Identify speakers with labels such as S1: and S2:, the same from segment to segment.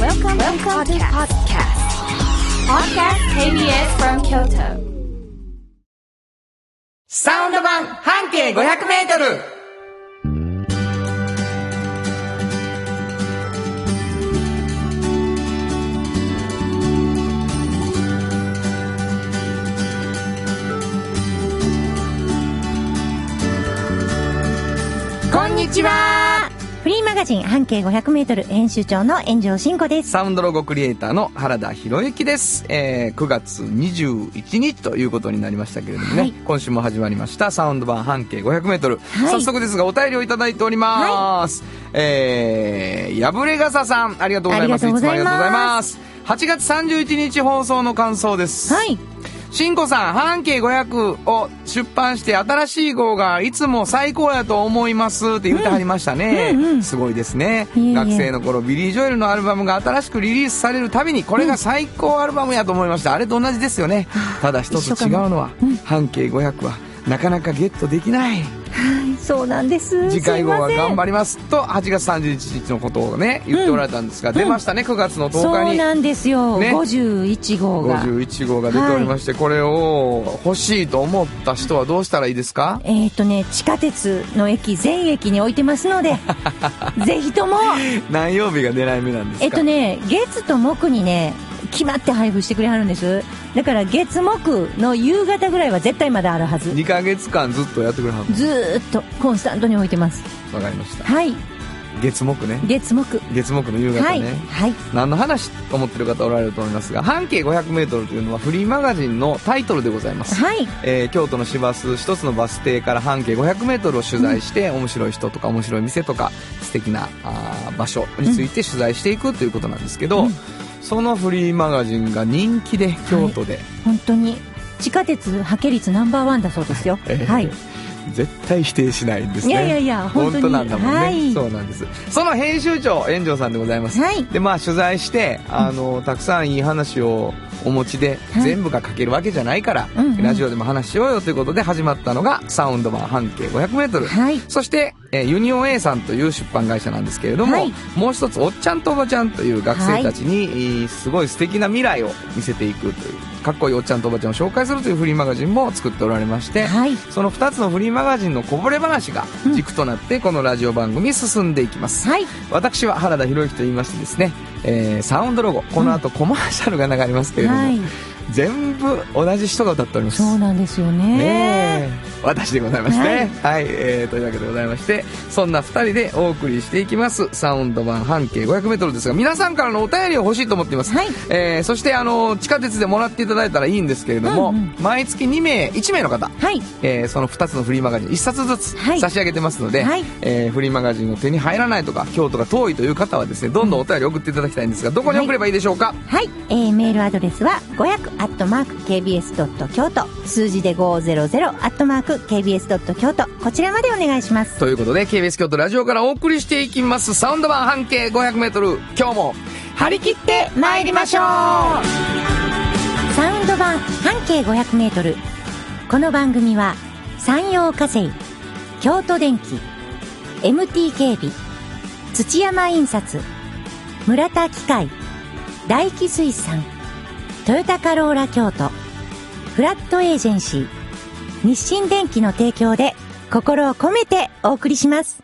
S1: Welcome, to the podcast. Podcast KBS from Kyoto.
S2: サウンド版半径500メートルこんにちは
S3: フリーマガジン半径500メートル編集長の炎上真子です。
S2: サウンドロゴクリエイターの原田博之です、えー9月21日ということになりましたけれどもね、
S3: はい
S2: 今週も始まりましたサウンド版半径 500m、
S3: はい
S2: 早速ですがお便りをいただいております、えー、破れ傘さんありがとうございます
S3: あり
S2: い
S3: がとうございます
S2: つもありがとうございます8月31日放送の感想です
S3: はい。
S2: しんこさん、半径500を出版して新しい号がいつも最高やと思いますって言ってはりましたね。
S3: うんうん
S2: すごいですね。
S3: いえいえ
S2: 学生の頃、ビリー・ジョエルのアルバムが新しくリリースされるたびに、これが最高アルバムやと思いました。あれと同じですよね。ただ一つ
S3: 一緒
S2: 違
S3: か
S2: う
S3: も
S2: のは、半径500はなかなかゲットできない。
S3: そうなんです。
S2: 次回号は頑張
S3: り
S2: りますと、8月31日のことをね、言っておられたんですが、出ましたね、9月の
S3: そ
S2: 10日
S3: う
S2: に。
S3: なんですよ。
S2: ね
S3: 51号が。
S2: 51号が出ておりまして、これを欲しいと思った人はどうしたらいいですか
S3: えっ、とね、地下鉄の駅全駅に置いてます ので、ぜひとも、
S2: 何曜日が狙い目なんですか
S3: えっとね、月と木にね、決まって配布してくれはるんです。だから月木の夕方ぐらいは絶対まだあるはず。
S2: 2ヶ月間ずっとやってくれはん
S3: ずーっとコンスタントに置いてます。
S2: わかりました
S3: はい。
S2: 月木ね
S3: 月木。
S2: 月木の夕方ね、
S3: はい。はい。
S2: 何の話と思ってる方おられると思いますが半径 500m というのはフリーマガジンのタイトルでございます
S3: はい。
S2: えー京都の市バス一つのバス停から半径 500m を取材して、面白い人とか面白い店とか素敵なあー場所について取材していくということなんですけど、そのフリーマガジンが人気で京都で、
S3: 本当に地下鉄破棄率ナンバーワンだそうですよ。
S2: えー
S3: はい。
S2: 絶対否定しないんですね
S3: いやいやいや本当に
S2: なんだもんね、
S3: はい
S2: そうなんですその編集長炎上さんでございます、
S3: はい
S2: でまあ取材してあのたくさんいい話をお持ちで、
S3: はい
S2: 全部が書けるわけじゃないから、
S3: うんうん
S2: ラジオでも話しようよということで始まったのがサウンド版半径 500m、
S3: はい
S2: そして、えーユニオン A さんという出版会社なんですけれども、
S3: はい
S2: もう一つ「おっちゃんとおばちゃん」という学生たちに、えーすごい素敵な未来を見せていくというかっこいいおっちゃんとおばちゃんを紹介するというフリーマガジンも作っておられまして、
S3: はい。
S2: その2つのフリーマガジンのこぼれ話が軸となってこのラジオ番組進んでいきます、
S3: はい。
S2: 私は原田博之と言いましてですね、えーサウンドロゴこの後コマーシャルが流れますけれども、
S3: はい。
S2: 全部同じ人が歌っております
S3: そうなんですよね。
S2: ねえ私でございましてはい、えーというわけでございましてそんな2人でお送りしていきますサウンド版半径 500m ですが皆さんからのお便りを欲しいと思っています、
S3: はい
S2: えーそしてあの地下鉄でもらっていただいたらいいんですけれども、
S3: うんうん
S2: 毎月2名1名の方
S3: はい。
S2: えーその2つのフリーマガジン1冊ずつ
S3: はい
S2: 差し上げてますので、
S3: はい
S2: えーフリーマガジンを手に入らないとか京都が遠いという方はですねどんどんお便り送っていただきたいんですがどこに送ればいいでしょうか、
S3: はい。えー、メールアドレスは500アットマーク KBS.京都。数字で500アットマーク KBS.京都。こちらまでお願いします。
S2: ということで KBS 京都ラジオからお送りしていきますサウンド版半径 500m 今日も張り切って参りましょう
S3: サウンド版半径500メートル。この番組は、山陽火星、京都電機、MT 警備、土山印刷、村田機械、大気水産、トヨタカローラ京都、フラットエージェンシー、日清電機の提供で心を込めてお送りします。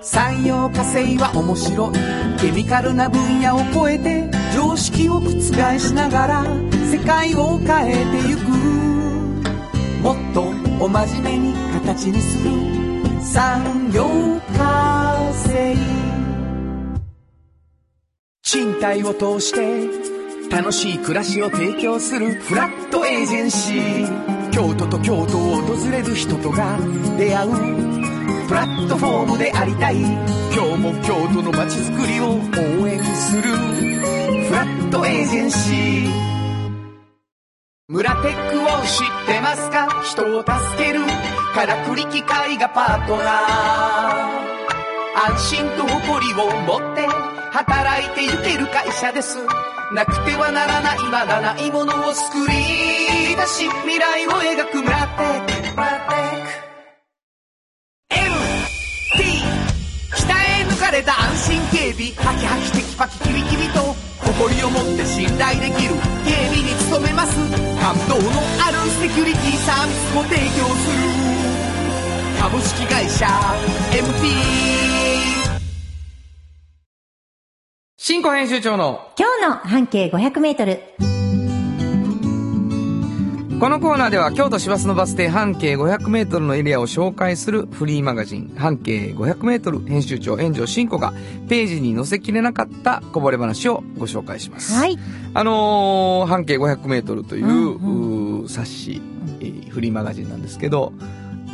S4: 産業化成は面白いケミカルな分野を超えて常識を覆しながら世界を変えてゆくもっとお真面目に形にする産業化成賃貸を通して楽しい暮らしを提供するフラットエージェンシー京都と京都を訪れる人とが出会うプラットフォームでありたい今日も京都の街づくりを応援するフラットエージェンシー村テックを知ってますか人を助けるからくり機械がパートナー安心と誇りを持って働いていける会社ですなくてはならないまだないものを作り出し未来を描く村テック村テック MT 鍛え抜かれた安心警備ハキハキテキパキキビキビと誇りを持って信頼できる警備に努めます感動のあるセキュリティサービスも提供する株式会社 MT
S2: 新庫編集長の
S3: 今日の半径500メートル。
S2: このコーナーでは京都市バスのバス停半径 500m のエリアを紹介するフリーマガジン半径 500m 編集長炎上真子がページに載せきれなかったこぼれ話をご紹介します。
S3: はい。
S2: あのー半径 500m という,、
S3: うんう
S2: うー冊子、えーフリーマガジンなんですけど、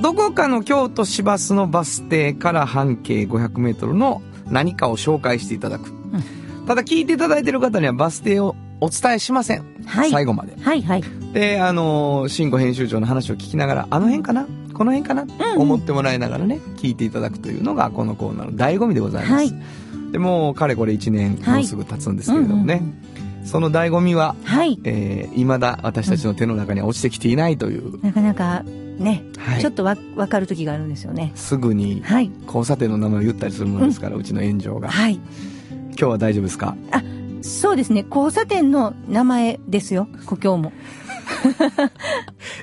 S2: どこかの京都市バスのバス停から半径 500m の何かを紹介していただく。ただ聞いていただいている方にはバス停をお伝えしません。
S3: はい
S2: 最後まで。
S3: はいはい。
S2: で、あのー、新語編集長の話を聞きながら、あの辺かなこの辺かな、思ってもらいながらね、聞いていただくというのが、このコーナーの醍醐味でございます。
S3: はい
S2: でもう、かれこれ1年、
S3: はい
S2: もうすぐ経つんですけれどもね、
S3: うん
S2: その醍醐味は、
S3: はい。
S2: えー、未だ私たちの手の中には落ちてきていないという、
S3: なかなか、ね、
S2: はい
S3: ちょっとわ、わかる時があるんですよね。
S2: すぐに
S3: はい。
S2: 交差点の名前を言ったりするものですから、うちの炎上が。
S3: はい。
S2: 今日は大丈夫ですか
S3: そうですね。交差点の名前ですよ。故郷も。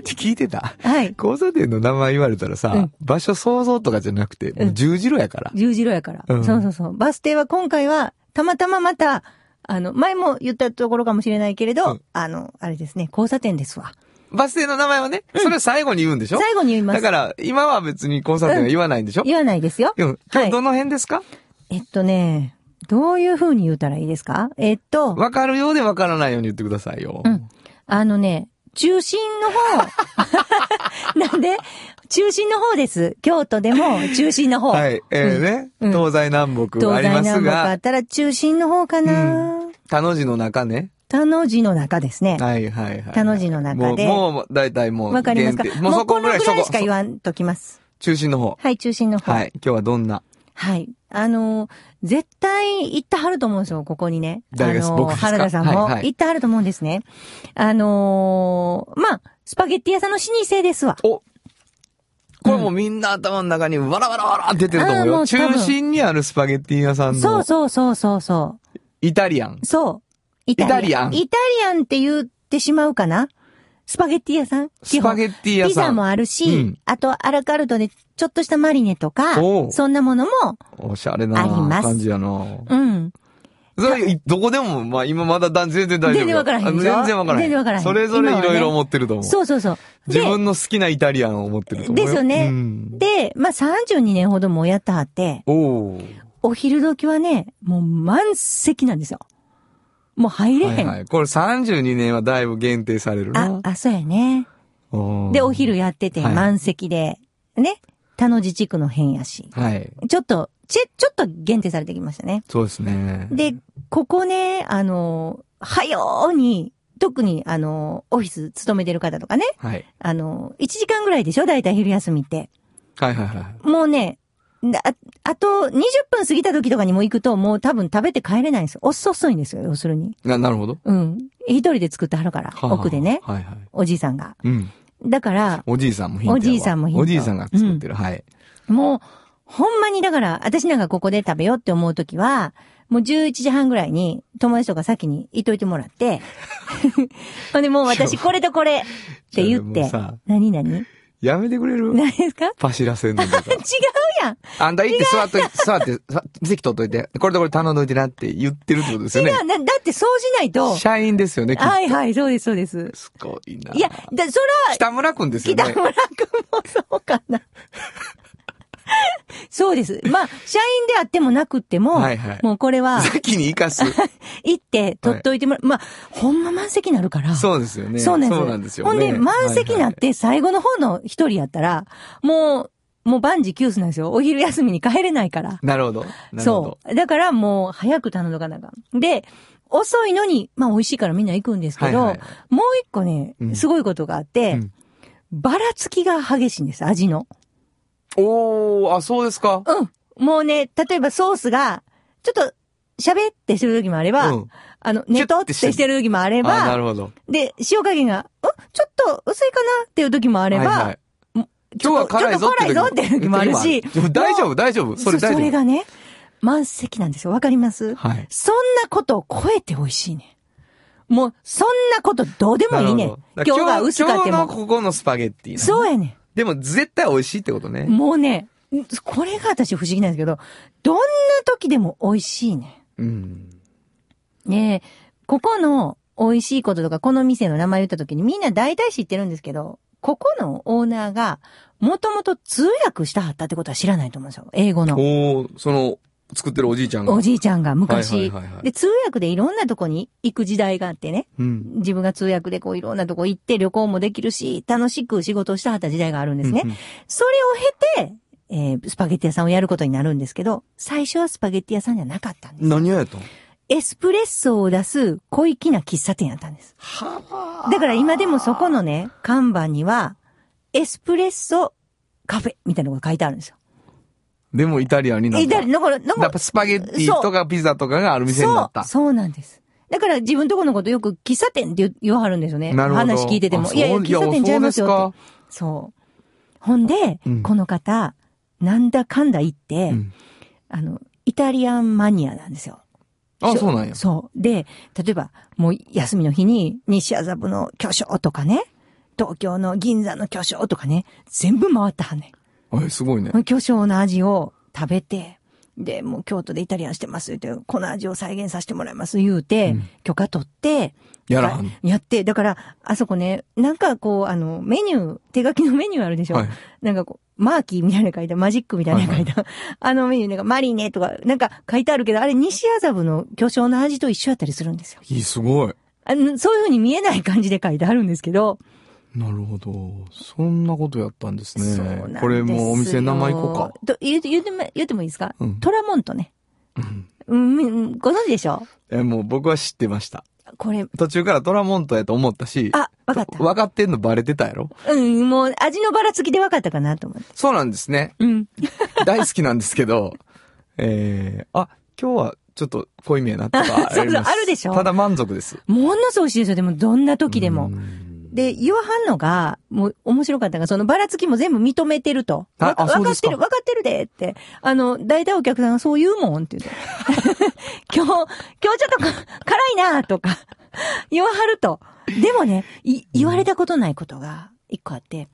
S2: 聞いてた
S3: はい。
S2: 交差点の名前言われたらさ、
S3: うん
S2: 場所想像とかじゃなくて、もう
S3: うん
S2: 十字路やから。
S3: 十字路やから、
S2: うん
S3: そうそうそう。バス停は今回は、たまたままた、あの、前も言ったところかもしれないけれど、
S2: うん
S3: あの、あれですね、交差点ですわ。
S2: バス停の名前はね、それを最後に言うんでしょ、
S3: 最後に言いま
S2: だ
S3: す。
S2: から、今は別に交差点は言わないんでしょ、
S3: 言わないですよ。
S2: うん、今
S3: は
S2: 日
S3: い
S2: ど。の辺ですか
S3: えっとね、どういう風に言うたらいいですかえっと、
S2: わかるようでわからないように言ってくださいよ。
S3: うん。あのね、中心の 方。なんで中心の方です。京都でも中心の方。
S2: はい。えー、ね、
S3: うん
S2: 東西南北あ
S3: 東
S2: り
S3: 西
S2: ます
S3: 南北あ
S2: が
S3: っ、たら中心の方かな、
S2: 他の字の中ね。
S3: 田の字の中ですね。
S2: はいはいはい。
S3: 田の字の中で
S2: もう、もう、だいたいもう、
S3: わかりますか
S2: 原点
S3: も
S2: もう
S3: う
S2: そ
S3: こ
S2: こ
S3: の
S2: ぐら
S3: ぐら
S2: い、
S3: い
S2: そこ
S3: しか言
S2: そ
S3: わんときます。
S2: 中心の方。
S3: はい、中心の方。
S2: はい。今日はどんな
S3: はい。あのー、絶対行ってはると思うんですよ、ここにね。
S2: 誰です
S3: あのー
S2: 僕ですか
S3: 原田さんも。
S2: はいはい
S3: 行ってはると思うんですね。あのーまあ、スパゲッティ屋さんの老舗ですわ。
S2: おこれもうみんな頭の中にわらわらわらって出てると思う
S3: あーも
S2: よ。
S3: う多分
S2: 中心にあるスパゲッティ屋さん
S3: そう
S2: の
S3: そうそうそうそ
S2: イタリアン
S3: う。。そう。イ
S2: イタリアン
S3: イタリアンって言ってしまうかなスパゲッティ屋さん基
S2: スパ
S3: 本
S2: ゲッティ屋さん。
S3: ピザもあるし、
S2: うん
S3: あとアラカルトでちょっとしたマリネとか
S2: お、う
S3: そんなものも、
S2: おしゃれ
S3: ありま
S2: な
S3: す
S2: 感じやな。
S3: うん。
S2: それ、いどこでも、まあ今まだだ全然大丈夫よ。
S3: 全然わからへん
S2: あ
S3: でしょ
S2: 全然わからへん。
S3: 全然わからへん
S2: それぞれいろいろ思ってると思う。
S3: そうそうそう。
S2: 自
S3: で
S2: 分の好きなイタリアンを思ってると思う。
S3: ですよね
S2: うん、
S3: で、まあ、32年ほどもうやってはって、
S2: おー
S3: お昼時はね、もう満席なんですよ。もう入れへん。
S2: はいはい。これ32年はだいぶ限定される
S3: あ
S2: な、。
S3: あ、そうやね。
S2: おー
S3: で、お。昼やってて
S2: はい
S3: 満席で、ね、田の地地区の辺やし。
S2: はい。
S3: ちょっと、ちょ、ちょっと限定されてきましたね。
S2: そうですね。
S3: で、ここね、あの、はように、特にあの、オフィス勤めてる方とかね、
S2: はい。
S3: あの、1時間ぐらいでしょ大体昼休みって。
S2: はいはいはい。
S3: もうね、ああと20分過ぎた時とかにもう行くと、もう多分食べて帰れないんですよ。おっそ遅いんですよ、要するに。
S2: な、なるほど。
S3: うん。一人で作ってはるから、
S2: はあはあ
S3: 奥でね、
S2: はいはい。
S3: おじいさんが。
S2: うん。
S3: だから、
S2: おじいさんもヒントやわ。
S3: おじいさんもヒント
S2: おじいさんが作ってる。はい。
S3: もう、ほんまにだから、私なんかここで食べようって思う時は、もう11時半ぐらいに友達とか先にいといてもらって、 ほんでもう私これとこれって言っ
S2: いやでも
S3: て
S2: さ、
S3: 何何
S2: やめてくれる
S3: 何ですか 違う
S2: パシらせんのとか。
S3: やん
S2: あんた行って座っといて、座って、座席取っといて、これとこれ頼んどいてなって言ってるってことですよ
S3: 違
S2: ね。
S3: うなだってそうしないと。
S2: 社員ですよね、きっと
S3: はいはい、そうです、そうです。
S2: すごいな。
S3: いや、だ、そら、
S2: 北村くんですよね
S3: 北。村くんもそうかな。 そうです。まあ、社員であってもなくっても、
S2: はいはい
S3: もうこ れは、
S2: 先に生かす。
S3: 行って取っといてもらう。まあ、ほんま満席になるから。
S2: そうですよね。
S3: そうなんです
S2: よね。
S3: ほんで、満席になっ
S2: は
S3: て最後の方の一人やったら、もう、もう万事休すなんですよ。お昼休みに帰れないから。
S2: いはい。なるほど。なるほ
S3: そ
S2: ど。
S3: う。だからもう早く頼んどかなあかん。で、遅いのに、まあ美味しいからみんな行くんですけど、
S2: はいはいは
S3: もう一個ね
S2: う、ん
S3: すごいことがあって、
S2: うん
S3: ばらつきが激しいんです、味の。
S2: おー、あ、そうですか。
S3: うん。もうね、例えばソースが、ちょっと、喋ってしてる時もあれば、
S2: うん
S3: あの、ネトってしてる時もあれ
S2: あ、な
S3: ば、
S2: るほど。
S3: で、塩加減が、うんちょっと薄いかなっていう時もあれば、
S2: はいはい今日は辛いぞ
S3: ちょっと辛いぞっていう時もあるし
S2: でも大丈夫、大丈夫。それ大丈
S3: それ
S2: 夫。
S3: がね、満席なんですよ。わかります
S2: はい
S3: そんなことを超えて美味しいね。もう、そんなことどうでもいいね
S2: なるほど。だか
S3: 今
S2: ら
S3: 日が薄かって
S2: 今日の
S3: も。
S2: ここのスパゲッティな。
S3: そうやね
S2: でも絶対美味しいってことね。
S3: ん。もうね、これが私不思議なんですけど、どんな時でも美味しいね。
S2: うん。
S3: ねえ、ここの美味しいこととか、この店の名前言った時にみんな大体知ってるんですけど、ここのオーナーが、もともと通訳したはったってことは知らないと思うんですよ。英語の。
S2: おーその、作ってるおじいちゃんが。
S3: おじいちゃんが昔、
S2: はいはいはいはい
S3: で、通訳でいろんなとこに行く時代があってね。
S2: うん。
S3: 自分が通訳でこういろんなとこ行って旅行もできるし、楽しく仕事をしたはった時代があるんですね。
S2: うんうん
S3: それを経て、えースパゲッティ屋さんをやることになるんですけど、最初はスパゲッティ屋さんじゃなかったんです。
S2: 何をやったの
S3: エスプレッソを出す小粋な喫茶店やったんです。だから今でもそこのね、看板には、エスプレッソカフェみたいなのが書いてあるんですよ。
S2: でもイタリアンになった。
S3: え、だから、だから、だか
S2: や
S3: ら
S2: っぱスパゲッティとかピザとかがある店になった。
S3: そう、そうなんです。だから自分とこのことよく喫茶店って言言わはるんですよね。
S2: なるほど
S3: 話聞いてて
S2: あ
S3: も。
S2: そう
S3: いやいや、喫茶店ちゃいます
S2: いやそ
S3: よ
S2: う
S3: って。そう。ほんで、
S2: うん
S3: この方、なんだかんだ言って、
S2: うん
S3: あの、イタリアンマニアなんですよ。
S2: あ、
S3: しょ
S2: そうなんや。
S3: そう。で、例えば、もう休みの日に、西麻布の巨匠とかね、東京の銀座の巨匠とかね、全部回ったはんねん。
S2: え、すごいね。
S3: 巨匠の味を食べて、で、もう京都でイタリアンしてますって、この味を再現させてもらいます言うて、許可取って、
S2: やらはんの
S3: やって、だから、あそこね、なんかこう、あの、メニュー、手書きのメニューあるでしょ、
S2: はい
S3: なんかこう、マーキーみたいなの書いた、マジックみたいなの書いた、あのメニュー、なんかマリネとか、なんか書いてあるけど、あれ西麻布の巨匠の味と一緒やったりするんですよ。
S2: いい、すごい。
S3: あのそういうふうに見えない感じで書いてあるんですけど、
S2: なるほど。そんなことやったんですね。
S3: そうなんですよ
S2: これもうお店名前行こうか。
S3: と言う言うても言ってもいいですか、
S2: うん
S3: トラモントね。うん、うんご存知でしょ
S2: え、もう僕は知ってました。
S3: これ、
S2: 途中からトラモントやと思ったし。
S3: あ、わかった。
S2: 分かってんのバレてたやろ
S3: うん、もう味のばらつきでわかったかなと思って。
S2: そうなんですね。
S3: うん。
S2: 大好きなんですけど、 えー、あ、今日はちょっと濃いめやなとか
S3: そうそう
S2: ります
S3: あるでしょ
S2: ただ満足です。
S3: ものすごい美味しいですよ、でも、どんな時でも
S2: う。ん
S3: で、言わはんのが、もう面白かったのが、そのばらつきも全部認めてると。
S2: あ
S3: わか
S2: あそ
S3: わ
S2: う
S3: か
S2: で
S3: っ
S2: すか
S3: てる、わかってるでって。あの、大体お客さんがそう言うもんって言って。 今日、今日ちょっとか辛いなとか、言わはると。でもね、い言われたことないことが一個あって、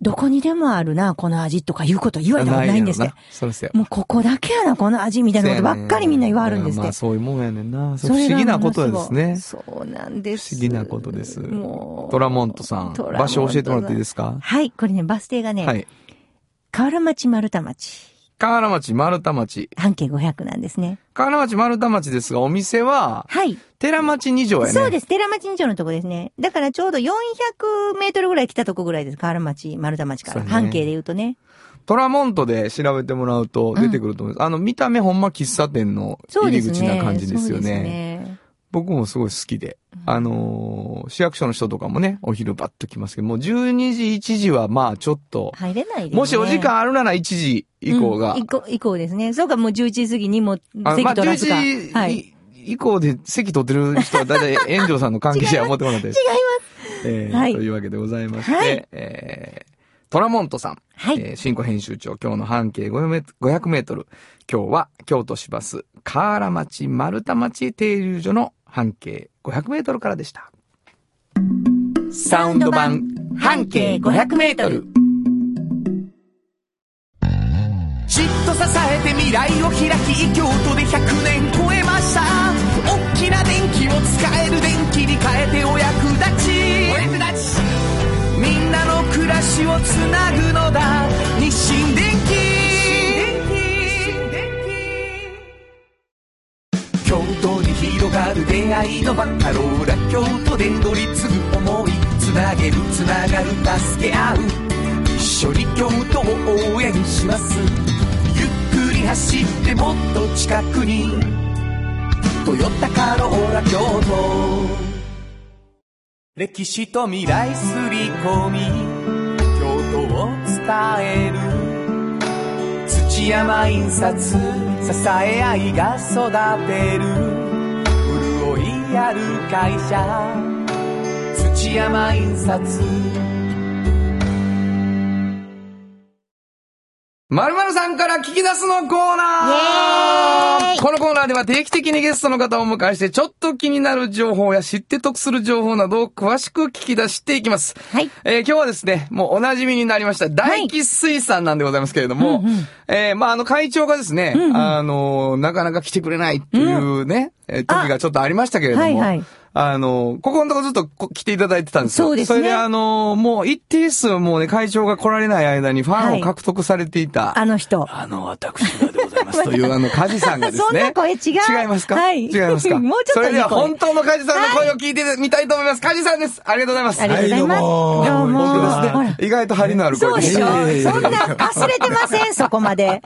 S3: どこにでもあるな、この味とかいうこと言われたことないんですっ
S2: や
S3: て
S2: ろ。なそらせや。
S3: もうここだけやな、この味みたいなことばっかりみんな言わはるんですっ
S2: まあ
S3: て。
S2: そういうもんやねんな。不
S3: そ
S2: 思
S3: れが
S2: 議なことです
S3: もの
S2: ね。
S3: すごいそうなんです。
S2: 不思議なことです
S3: もう。
S2: トラモントさん、
S3: トラモント
S2: 場所教えてもらっていいですか
S3: はい、これね、バス停がね、
S2: はい。
S3: 河原町丸太町、
S2: 河原町、丸太町。
S3: 半径500なんですね。
S2: 河原町、丸太町ですが、お店は、
S3: はい。
S2: 寺町二条やね。。
S3: そうですす。寺町二条のとこですね。だからちょうど400メートルぐらい来たとこぐらいです。河原町、丸太町から。
S2: そうね
S3: 半径で言うとね。
S2: トラモントで調べてもらうと出てくると思います。あの、見た目ほんま喫茶店の
S3: そう
S2: 入
S3: で
S2: り
S3: すね。
S2: 口な感じです
S3: そ
S2: よ
S3: う
S2: ね。僕もすごい好きで。あのー市役所の人とかもね、お昼バッと来ますけど、もう12時、1時はまあちょっと、
S3: 入れないです、ね。
S2: もしお時間あるなら1時以降が、
S3: うん以降以降ですね。そうか、もう11時過ぎにもう
S2: あのま
S3: 席
S2: あ
S3: 取らすか。
S2: 11時、
S3: はい。違い
S2: 以降で席取ってる人は大体炎上さんの関係者は持ってもらってです。
S3: ます。
S2: えー
S3: はい
S2: というわけでございまして、
S3: はい
S2: えー、トラモントさん、
S3: はい
S2: えー新庫編集長、今日の半径500メートル、今日は京都市バス、河原町、丸太町停留所の半径500メートルからでした。サウンド版、半径500メートル。
S4: じっと支えて未来を開き京都で100年超えました大きな電気を使える電気に変えてお役立ちお役立ちみんなの暮らしをつなぐのだ日清電気京都に広がる出会いのバカローラ京都で乗り継ぐ思いつなげるつながる助け合う一緒に京都を応援しますゆっくり走ってもっと近くに「トヨタカローラ京都」歴史と未来すり込み京都を伝える土山印刷支え合いが育てる潤いある会社土山印刷
S2: まるまるさんから聞き出すのコーナ
S5: イエーイ
S2: ーこのコーナーでは定期的にゲストの方をお迎えして、ちょっと気になる情報や知って得する情報などを詳しく聞き出していきます。
S5: はい
S2: えー今日はですね、もうお馴染みになりました、大吉水産なんでございますけれども、えーまああの会長がですね、あのーなかなか来てくれないっていうね、えー時がちょっとありましたけれども、
S3: はいはい
S2: あのーここのとこずっとこ来ていただいてたんですよ。
S3: そうですね
S2: れであのーもう一定数もうね、会長が来られない間にファンを獲得されていた、
S3: あの人。
S2: あの、私がでご ざいます。という、あの、カジさんがですね。
S3: そんな声違う
S2: 違いますか
S3: はい
S2: 違いますか
S3: もうちょっと
S2: それ
S3: いい声
S2: では本当のカジさんの声を聞いてみたいと思います。カジさんです。ありがとうございます。
S3: ありがとうございます。
S6: はいどうも
S3: どうも
S6: 本当ですね
S3: ほら
S2: 意外と張りのある
S3: そう
S2: 声
S3: で
S2: です
S3: しょ
S2: ね。
S6: ええ
S3: そんな、かすれてません、そこまで。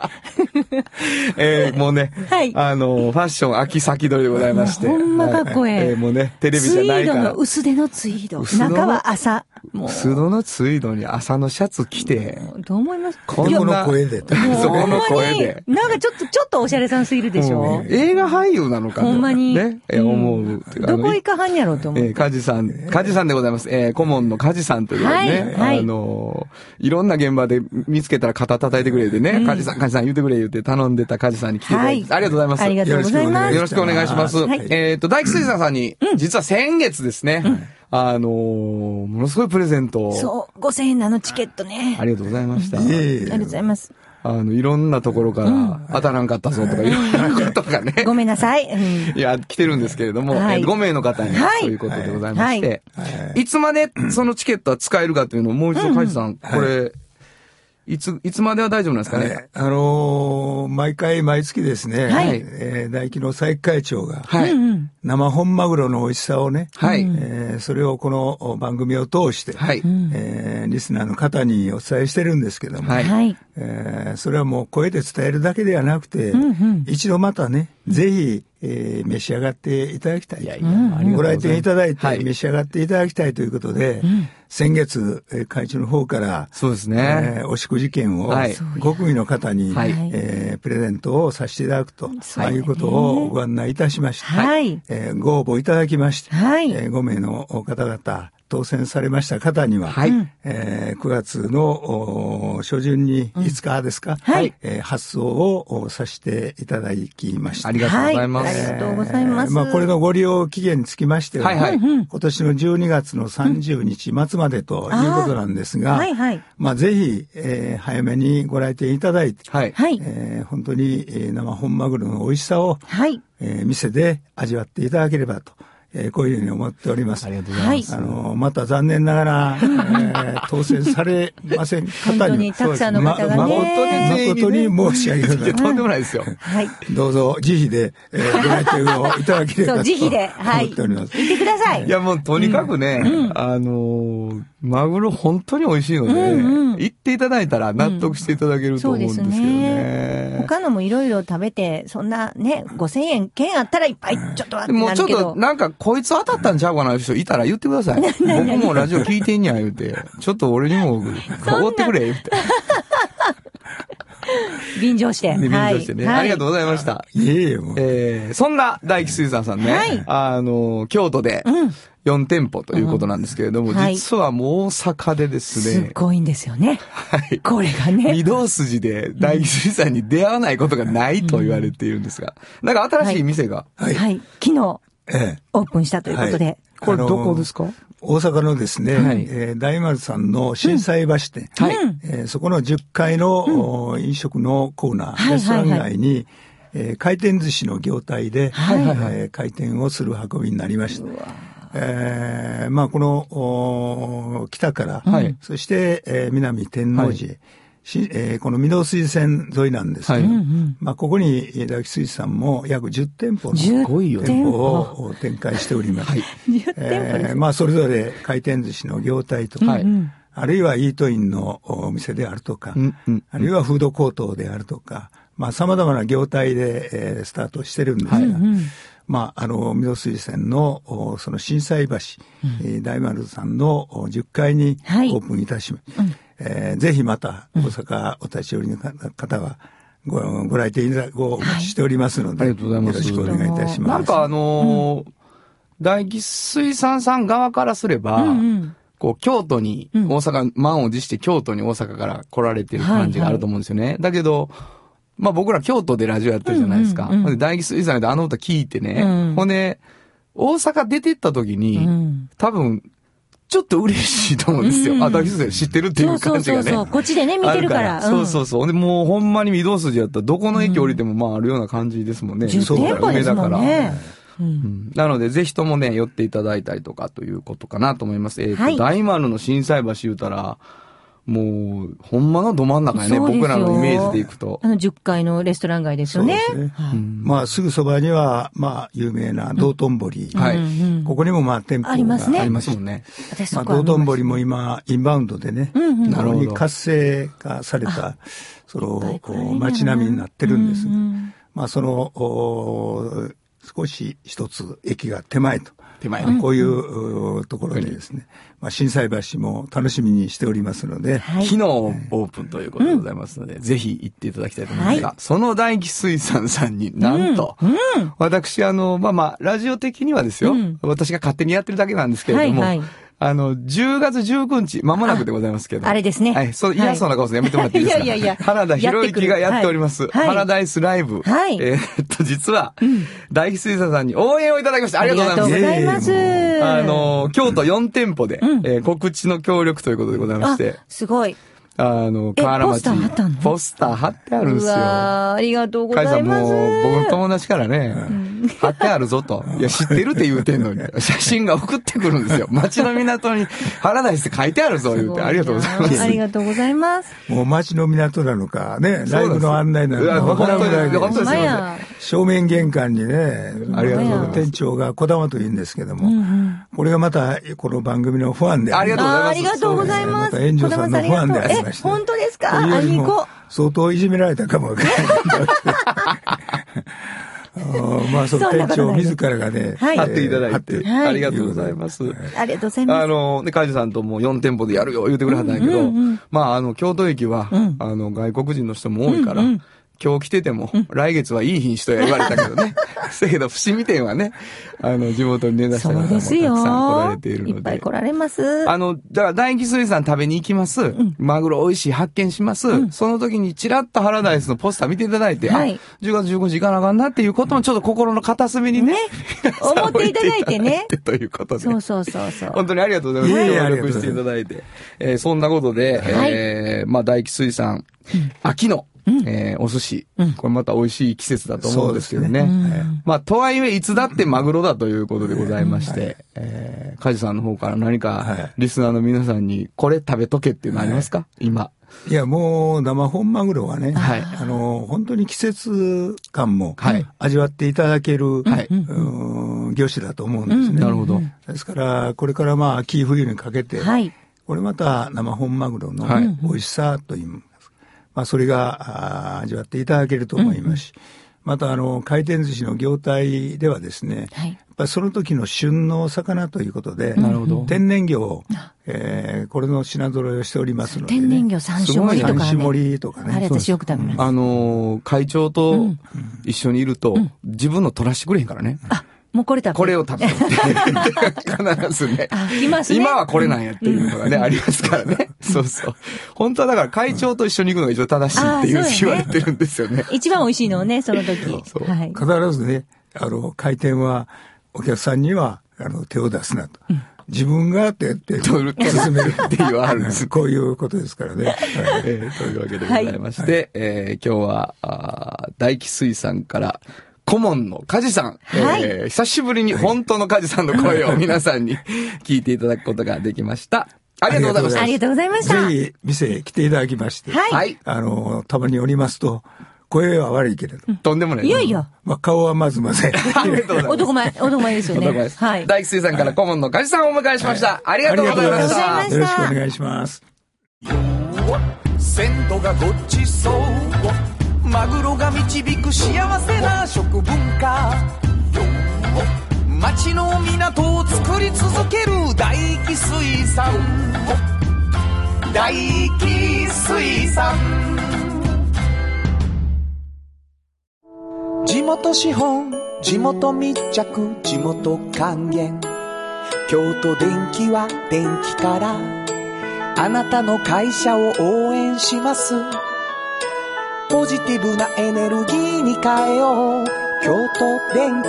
S2: えーもうね、
S3: はい
S2: あの、ファッション秋先取りでございまして。
S3: ほんまかっこええ
S2: はいーもうね、テレビじ
S3: ツ
S2: ゃ
S3: イ
S2: ない
S3: ー
S2: か
S3: ド
S2: ら
S3: の、。薄手のツイード。
S2: 薄手の
S3: 中は朝。も
S2: 素のツイードに朝のシャツ着て、
S3: う、どう思います
S2: こ
S6: んな
S3: もう
S6: の声でと
S2: そこの
S3: ほんま
S2: 声
S3: に
S2: で。
S3: なんかちょっと、ちょっとおしゃれさんすぎるでしょ
S2: うん映画俳優なのかと
S3: ほんまに
S2: ね、え
S3: うん
S2: 思うっていう。あの
S3: どこ行かはんやろうと思
S2: え
S3: う
S2: ー、。カジさん、カジさんでございます。えー、顧問のカジさんということでね、
S3: はいはい
S2: あのーいろんな現場で見つけたら肩叩いてくれてね、カジさん、カジさん言ってくれ言って頼んでたカジさんに来ていただいて、
S3: はい
S2: ありがとうございます。
S3: ありがとうございます
S2: よろしくお願いします。
S3: はい
S2: えっ、と、大吉水産さんに、実は先月ですね、あのーものすごいプレゼントを、
S3: そう、5000円のあのチケットね。
S2: ありがとうございました。
S6: いえい
S3: ありがとうご
S6: え。
S3: ざいます。
S2: あの、いろんなところから、当たらんかったぞとか、いろんなことがね。
S3: ごめんなさい。うん
S2: いや、来てるんですけれども、
S3: はい
S2: えー5名の方に、
S3: はい
S2: ということでございまして、い、つまでそのチケットは使えるかというのをもう一度、カイジさん、これ、いつ、いつまでは大丈夫なんですかね。
S6: はいあのー毎回毎月ですね、
S2: はい
S6: えー大輝の再会長が、
S2: はい。
S6: 生本マグロの美味しさをね、
S2: はい
S6: えーそれをこの番組を通して、
S2: はい
S6: えーリスナーの方にお伝えしてるんですけども、
S2: はい
S3: はい。
S6: えーそれはもう声で伝えるだけではなくて、一度またね、ぜひ、えー召し上がっていただきたい。ご来店いただい
S2: は
S6: て、
S2: い
S6: 召し上がっていただきたいということで、先月、えー会長の方から、
S2: そうですね
S6: えーお食事券を
S2: はい
S6: 5組の方に、
S2: はい
S6: えープレゼントをさせていただくと、
S3: そう
S6: ああいうことをご案内いたしました。
S3: はい
S6: えーご応募いただきまして、
S3: はい
S6: え5名の方々、当選されました方には、
S2: はい
S6: えー9月のお初旬に5日ですか、
S3: はい
S6: えー発送をおさせていただきました。
S2: ありがとうございま
S3: はいあり
S2: す。
S3: がとうございます
S6: えーまあ、これのご利用期限につきましては、
S2: はいはい
S6: 今年の12月の30日末までということなんですが、
S3: あーはいはい
S6: まあ、ぜひ、えー早めにご来店いただいて、
S2: はい。
S3: はい。
S6: えー本当に、えー生本マグロの美味しさを、
S3: はい。
S6: えー店で味わっていただければと、えーこういうふうに思っております。
S3: はい。
S6: あの、また残念ながら、えー当選されません方
S3: 本
S6: に。
S3: 当にたくさんの方がね
S6: ま誠に、誠に申し上げ
S2: いや
S6: がな
S2: と
S6: い。
S2: んでもないですよ。
S3: はい。
S6: どうぞ、慈悲で、えーご来店をいただければ
S3: そ
S6: と。
S3: う、自費で。は
S6: 思
S3: い。
S6: っております。
S3: 行ってください。
S2: いや、もうとにかくね、あのーマグロ本当に美味しいので、行っていただいたら納得していただけると
S3: そ
S2: 思
S3: う
S2: うん
S3: で
S2: です
S3: す
S2: けど
S3: ね。
S2: ね。
S3: 他のもいろいろ食べて、そんなね、5000円券あったらいっぱい、ちょっとはって
S2: も
S3: な
S2: うちょ
S3: る
S2: っ
S3: けど。
S2: と、なんか、こいつ当たったんちゃうかな、人いたら言ってくだ さい。僕もラジオ聞いてんや、言うて。ちょっと俺にも、 おごってくれ、言うて。
S3: 便乗して。
S2: ね便乗してね。
S3: はい
S2: ありがとうございました。
S6: いえいえ、もう。
S2: えーそんな大吉水産さんね、
S3: はい
S2: あの、京都で4店舗ということなんですけれども、
S3: うんはい
S2: 実はもう大阪でですす
S3: っ
S2: ね、
S3: ごいんですよね。
S2: はい。
S3: これが
S2: 御
S3: ね。
S2: 堂筋で大吉水産に出会わないことがないと言われているんですが、なんか新しい店が、
S6: はい
S3: はい。昨日、
S6: ええ
S3: オープンしたということで。
S2: これどこですか
S6: 大阪のですね、
S2: はい
S6: えー大丸さんの震災橋店、
S2: はい
S6: えーそこの10階の、お飲食のコーナー、
S3: はい
S6: レストラン
S3: はいは
S6: 街に、えー回転寿司の業態で、
S3: はい
S6: えー回転をする運びになりました。えーまあ、この、お北から、
S2: はい
S6: そして、えー南天王寺、しえーこの御堂水線沿いなんですけど、
S2: はいうんう
S6: まあ、ここに、えー大吉水産も約10店舗の
S3: 10
S2: ごいよ
S6: 店
S3: 店
S6: 舗
S3: 舗。
S6: を展開しております。
S3: 10店舗で
S6: えー
S3: す。
S6: まあ、それぞれ回転寿司の業態とか、
S2: はいうん
S6: あるいはイートインのお店であるとか、
S2: うんうん
S6: あるいはフードコートであるとか、まあ、様々な業態で、えースタートしてるんですが、まあ、あの、水戸水線の、おその震災橋、えー大丸さんのお10階にオ
S3: はい
S6: ープンいたしま、えーぜひまた、大阪お立ち寄りの方は、ごご来店いただごお待ちしておりますので、
S2: はいありがとうございます
S6: よろしくお願いいたします。
S2: なんかあのー大吉水産さん側からすれば、こう、京都に、
S3: うん
S2: 大阪、満を持して京都に大阪から来られてる感じがあると思うんですよね。だけど、まあ僕ら京都でラジオやってるじゃないですか。
S3: うんうんうん
S2: ほんで大吉水産であの歌聞いてね、
S3: うん
S2: ほんで、大阪出てった時に、
S3: うん
S2: 多分、ちょっと嬉しいと思うんですよ。
S3: うん
S2: あ、大吉水産知ってるってい
S3: そう
S2: う
S3: そ
S2: 感
S3: う
S2: じ
S3: そ
S2: が
S3: う
S2: ね。
S3: そう。こっちでね、見てるから。
S2: あそう
S3: う
S2: そ
S3: ん。
S2: うそう。ほんで、もうほんまに御堂筋やったら、どこの駅降りてもまああるような感じですもんね。
S3: 10
S6: そうだ
S3: 店
S6: よ
S3: 舗ですもん
S2: 梅だ
S3: ね
S2: から。
S3: う
S2: う
S3: ん
S2: んなので、ぜひともね、寄っていただいたりとかということかなと思います。えっ、と、
S3: はい
S2: 大丸の震災橋言うたら、もう、ほんまのど真ん中やね、
S3: そうですよ
S2: 僕らのイメージでいくと
S3: あ。の、10階のレストラン街ですよね。
S6: そうですね
S3: はい
S6: まあ、すぐそばには、まあ、有名な道頓堀。
S2: はい
S3: うんうん
S6: ここにも、まあ、店舗が
S3: ありますね
S2: ありますもんね。
S3: 私そ
S6: まあ、
S3: こは
S6: 道
S3: 見まし
S6: 頓
S3: た
S6: 堀も今、インバウンドでね、
S3: うんうん
S6: 非
S2: なる
S6: 常
S2: ほど
S6: に活性化された、その、こう街並みになってるんですが、
S3: うんうん
S6: まあ、その、お少し一つ駅が手前と。
S2: 手前
S6: まあこういううところでですね、まあ、震災橋も楽しみにしておりますので、
S3: はい
S2: 昨日オープンということでございますので、ぜひ行っていただきたいと思いますが、その大気水産さんになんと、私、あの、まあまあ、ラジオ的にはですよ、
S3: うん
S2: 私が勝手にやってるだけなんですけれども、
S3: はいはい
S2: あの、10月19日、間もなくでございますけど。
S3: ああれですね
S2: はい、そう、
S3: はい
S2: 嫌そうな顔するのやめてもらっていいですか
S3: いやいやいや
S2: 原田博之がやっております、
S3: やってくるは
S2: パ
S3: い
S2: ラダイスライブ。
S3: はい
S2: えーっと、実は、大気水産さんに応援をいただきまして、あ
S3: あ
S2: りが
S3: り
S2: とうご
S3: が
S2: ざい
S3: とう
S2: ます
S3: ご。ざいます。
S2: あ、の、京都4店舗で、
S3: ん
S2: えー告知の協力ということでございま
S3: あ
S2: して、、
S3: すごい。
S2: あの、
S3: え
S2: 河原町。
S3: ポスター貼ったの
S2: ポスター貼ってあるんです
S3: う
S2: よ。
S3: わーありがとうご
S2: カイ
S3: ざ
S2: さ
S3: い
S2: ん
S3: ま
S2: も
S3: す。
S2: う、僕の友達からね、貼ってあるぞ と。いや、知ってるって言うてんのに、写真が送ってくるんですよ。町の港に、原田って書いてあるぞ、言うて。ありがとうございます
S3: すなあ。りがとうございます。
S6: もう街の港なのか、ね、ライブの案内なの
S2: いや
S6: か、わ
S2: 本
S6: から
S2: 当
S6: んぐらい
S2: に、
S6: で
S2: 本当
S3: ほん
S2: にす
S3: ま
S2: いません。
S3: や。
S6: 正面玄関にね、
S2: ありがとうございます
S6: 店長が小玉と言うんですけども、これがまたこの番組のファンであ
S2: ありがとうございます
S3: あーありがとうございます。
S6: そうですねまた炎上さんの
S3: 児玉ありがとう
S6: ファンでありまして
S3: え、本当ですか
S6: というよ
S3: あ
S6: り
S3: り
S6: も
S3: こ。
S6: 相当いじめられたかもわからない。あーまあ、その
S3: そんな
S6: 店
S3: ことな
S6: 長
S3: いです
S6: 自らがね、
S3: はい
S6: え
S2: 貼
S6: ー
S2: っていただ
S6: 貼っ
S2: いて、
S6: て
S3: はい
S2: ありがとうございます。
S3: ありがとうございま
S2: あ
S3: す。
S2: の、で、カイジさんとも4店舗でやるよ、言うてくれはったんやけど、まあ、あの、京都駅は、あの、外国人の人も多いから、今日来てても、来月はいい品種とや言われたけど ね。せやけど、伏見店はね、あの、地元に根ざした
S3: そ
S2: 方も
S3: う
S2: た
S3: で
S2: く
S3: す
S2: さん
S3: よ。
S2: 来られている
S3: い
S2: の
S3: っぱい
S2: で
S3: 来。られます。
S2: あの、だから、大気水産食べに行きます。マグロ美味しい発見します。その時に、ちらっとハラダイスのポスター見ていただいて、あ
S3: はい
S2: 10月15日行かなあかんなっていうことも、ちょっと心の片隅にね。
S3: ね、思っていただいてね
S2: ということで。
S3: そうそうそうそ う
S2: 本。当にありがとうございます。
S6: いえいえ
S2: 協力していただいて。えーそんなことで、えーまあ、大吉水産、秋の、えーお寿司、これまた美味しい季節だと思うんですけどね。まあ、とはいえ、いつだってマグロだということでございまして、えー、カジさんの方から何
S6: は
S2: か
S6: い、
S2: リスナーの皆さんに、これ食べとけっていうのありますか、今。
S6: いや、もう生本マグロはね、
S2: はい
S6: あの、本当に季節感も
S2: はい
S6: 味わっていただける、
S2: はい
S6: うん魚種だと思うんですね。
S2: なるほど。
S6: ですから、これからまあ、秋冬にかけて、
S3: はい。
S6: これまた生本マグロの
S2: はい
S6: 美味しさといいますか、まあ、それがあー味わっていただけると思いますし、またあの、回転寿司の業態ではですね、
S3: はい
S6: やっぱりその時の旬の魚ということで、
S2: なるほど
S6: 天然魚を、えーこれの品揃えをしておりますのでね、
S3: 天然魚三種盛りとかね。
S6: すごい三種盛りとかね
S3: あれ私よく食べます。
S2: あのー会長と一緒にいると、自分の取らしてくれへんからね。
S3: あ、もうこれ食べる
S2: これを食べてって。必ず ね。
S3: あ来ますね
S2: 今はこれなんやっていうのがね、ありますから ね。そうそう。本当はだから会長と一緒に行くのが一応正しいってい
S3: あ
S2: う
S3: ーそ
S2: 言
S3: う
S2: わ
S3: やね
S2: れてるんですよね。
S3: 一番美味しいのをね、その時。
S2: そう
S3: はい。
S6: 必ずね、あの、回転は、お客さんには、あの、手を出すなと。自分が手って、
S2: 取る
S6: 進める
S2: って言わはるんです
S6: こういうことですからね。はい
S2: えーというわけでございまして、えー今日は、あー大気水産から、顧問の梶さん、
S3: はい
S2: えー久しぶりに本当の梶さんの声を皆さんに聞いていただくことができました。ありがとうございました
S3: あ。りがとうございました。
S6: ぜひ、店へ来ていただきまして、
S3: はい
S2: はい
S6: あの、たまにおりますと、声は悪いけれど、
S2: とんでもない。
S3: いよいよ。
S6: まあ、顔はまずまず。
S2: ありがとうございます。
S3: 男前、男前ですよ
S2: 男
S3: ね。
S2: です
S3: はい。
S2: 大吉水産から顧問の梶さんをお迎えしました。ありがとうございました
S3: ありがとうございま。した
S6: よろしくお願いします。
S4: 鮮度がごちそうマグロが導く幸せな食文化町の港を作り続ける大気水産大気水産地元資本地元密着地元還元京都電気は電気からあなたの会社を応援しますポジティブなエネルギーに変えよう京都電気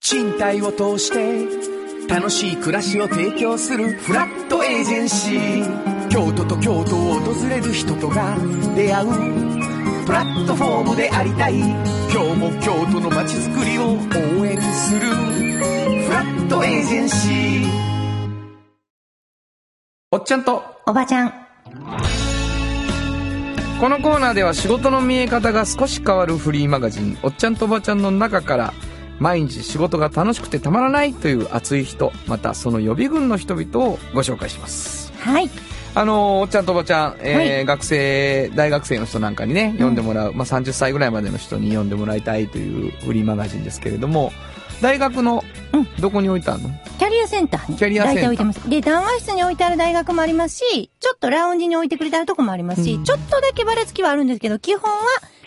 S4: 賃貸を通して楽しい暮らしを提供するフラットエージェンシー京都と京都を訪れる人とが出会うプラットフォームでありたい今日も京都の街づくりを応援するフラットエージェンシー
S2: おっちゃんと
S5: おばちゃん
S2: このコーナーでは仕事の見え方が少し変わるフリーマガジン「おっちゃんとおばちゃん」の中から毎日仕事が楽しくてたまらないという熱い人またその予備軍の人々をご紹介します
S3: はい。
S2: あのーおっちゃんとおばちゃん、えー
S3: は
S2: 学生大学生の人なんかにね読んでもらう、まあ、30歳ぐらいまでの人に読んでもらいたいというフリーマガジンですけれども大学の
S3: うん
S2: どこに置いたの、
S3: キャリアセンターに
S2: キャリアセンター
S3: 大体置いてます。で、談話室に置いてある大学もありますし、ちょっとラウンジに置いてくれてあるとこもありますし、
S2: うん
S3: ちょっとだけばらつきはあるんですけど、基本は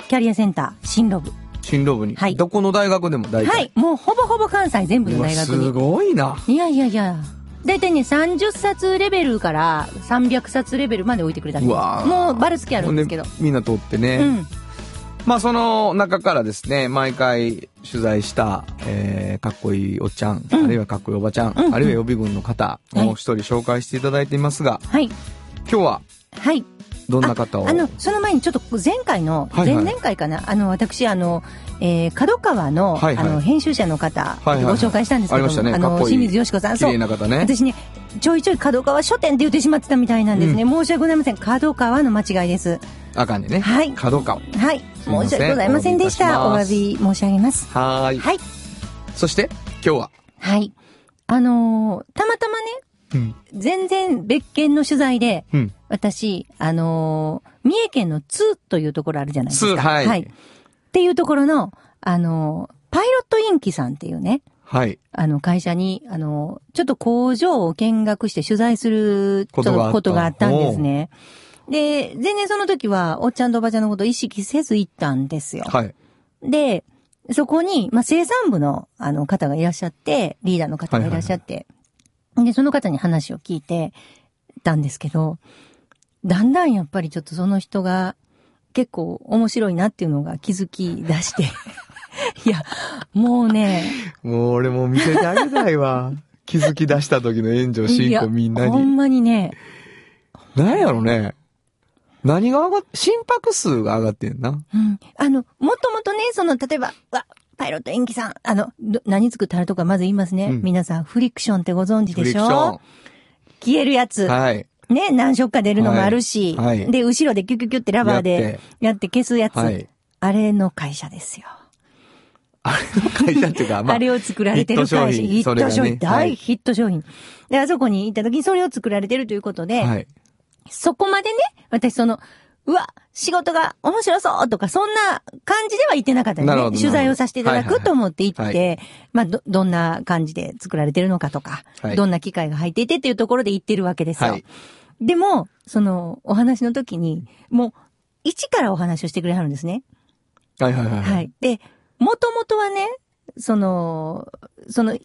S3: キャリアセンター、進路部。
S2: 進路部に、
S3: はい
S2: どこの大学でも大体、
S3: はい。もうほぼほぼ関西全部の
S2: うわ
S3: 大学
S2: す
S3: に。
S2: ごいない
S3: やいやいや。大体ね、30冊レベルから300冊レベルまで置いてくれたり。
S2: うわー
S3: もうばらつきあるんですけど。
S2: ほでみんな通ってね、
S3: うん。
S2: まあその中からですね、毎回取材した、えー、かっこいいおっちゃん、あるいはかっこいいおばちゃん、
S3: うん
S2: あるいは予備軍の方
S3: はい
S2: を一人紹介していただいていますが、
S3: はい。
S2: 今日は
S3: はい。
S2: どんな方を
S3: あの、その前にちょっと前回の、
S2: はいはい
S3: 前々回かな、あの、私、あの、えー、角川の、
S2: はいはい
S3: あの、編集者の方、
S2: いはいはい
S3: ご紹介したんですけども、
S2: ありましたねかっ
S3: の、
S2: こいい
S3: 清水よしこさん、
S2: 綺
S3: そう
S2: 麗、な方ね。
S3: 私ね、ちょいちょい角川書店って言ってしまってたみたいなんですね。申し訳ございません。角川の間違いです。
S2: 赤にね。
S3: はい
S2: 角川。
S3: はい。
S2: みません
S3: 申し訳ございませんでした。
S2: お
S3: お
S2: 詫
S3: 詫
S2: び
S3: び申し上げます。
S2: はーい。
S3: はい。
S2: そして、今日は。
S3: はい。あのーたまたまね、
S2: うん。
S3: 全然別件の取材で、
S2: うん。
S3: 私、あのー三重県の津というところあるじゃないです
S2: す、
S3: か。
S2: はい。はい。
S3: っていうところの、あの、パイロットインキさんっていうね、あの会社に、あの、ちょっと工場を見学して取材する、ちょ
S2: こ
S3: っと
S2: とがあった
S3: ことがあったんですね。で、全然その時は、おっちゃんとおばちゃんのことを意識せず行ったんですよ。
S2: はい。
S3: で、そこに、まあ、生産部の、あの、方がいらっしゃって、リーダーの方がいらっしゃって、で、その方に話を聞いてたんですけど、だんだんやっぱりちょっとその人が結構面白いなっていうのが気づき出 して、いや、もうね、
S2: もう俺もう見せてあげたい わ。気づき出した時の援助
S3: い
S2: 進
S3: や
S2: 行みんな
S3: ほ
S2: に。
S3: んまにね、
S2: 何やろね。何が上がっ、心拍数が上がってんな。
S3: うんあの、もともとね、その、例えば、うわ、パイロット演技さん、あの、ど何作ったらとかまず言いますね。
S2: うん
S3: 皆さん、フリクションってご存知
S2: フ
S3: で
S2: リ
S3: し
S2: クショ
S3: ょ消えるやつ。
S2: ン。 はい。
S3: ね、何色か出るのもあるし、
S2: はいはい
S3: で、後ろでキュキュキュってラバーでやって消すやつ、
S2: はい。
S3: あれの会社ですよ。
S2: あれの会社っていうか、まあ、
S3: あれを作られてる会社、
S2: ヒット商品それがね
S3: ヒット商品、
S2: はい
S3: 大ヒット商品。で、あそこに行った時にそれを作られてるということで、
S2: はい。
S3: そこまでね、私その、うわ、仕事が面白そうとか、そんな感じでは言ってなかったんで
S2: なるほ
S3: ね。
S2: ど
S3: 取材をさせていた
S2: は
S3: だ
S2: いはいは
S3: く
S2: い
S3: と思って行って、
S2: は
S3: まあ、ど、どんな感じで作られてるのかとか、
S2: はい
S3: どんな機械が入っていてっていうところで行ってるわけですよ。
S2: はい
S3: でも、その、お話の時に、もう、一からお話をしてくれはるんですね。
S2: はいはいはい。
S3: はい。で、もともとはね、その、その、イ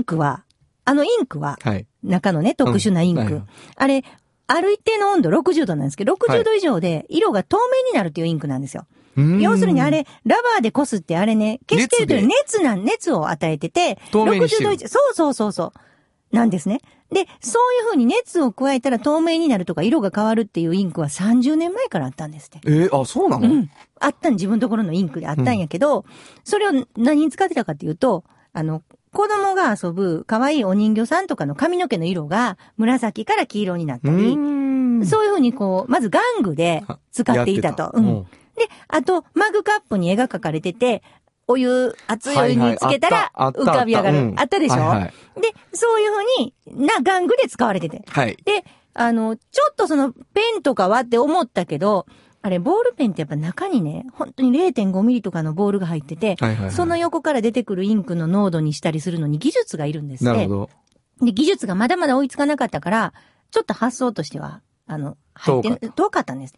S3: ンクは、あのインクは、
S2: はい。
S3: 中のね、特殊なインク。
S2: うんはい
S3: あれ、ある一定の温度60度なんですけど、60度以上で色が透明になるっていうインクなんですよ。
S2: うん
S3: 要するにあ、れ、ラバーでこすってあれね、消してるという熱なん、熱を与えてて、
S2: 透明にしてる
S3: 60度以上、そうそうそうそう、なんですね。で、そういうふうに熱を加えたら透明になるとか色が変わるっていうインクは30年前からあったんですって。
S2: えーあ、そうなの、
S3: うん。あったん、自分のところのインクであったんやけど、それを何に使ってたかっていうと、あの、子供が遊ぶ可愛いお人形さんとかの髪の毛の色が紫から黄色になった
S2: う
S3: り、
S2: ーん
S3: そういうふうにこう、まず玩具で使っていたと。
S2: やって
S3: う。
S2: うんん
S3: で、あと、マグカップに絵が描かれてて、お湯、熱いお湯につけたら
S2: はいはいあった
S3: 浮かび上がる。
S2: あ
S3: あ
S2: った
S3: った,、
S2: うん
S3: でしょ、
S2: はいはい
S3: で、そういうふうにな玩具で使われてて。
S2: はい。
S3: で、あの、ちょっとそのペンとかはって思ったけど、あれ、ボールペンってやっぱ中にね、本当に0.5ミリとかのボールが入ってて、
S2: はいはいはい
S3: その横から出てくるインクの濃度にしたりするのに技術がいるんです
S2: なる
S3: ね
S2: ほ。ど。
S3: で、技術がまだまだ追いつかなかったから、ちょっと発想としては、あの、入って
S2: 遠かっ
S3: 遠かったんです。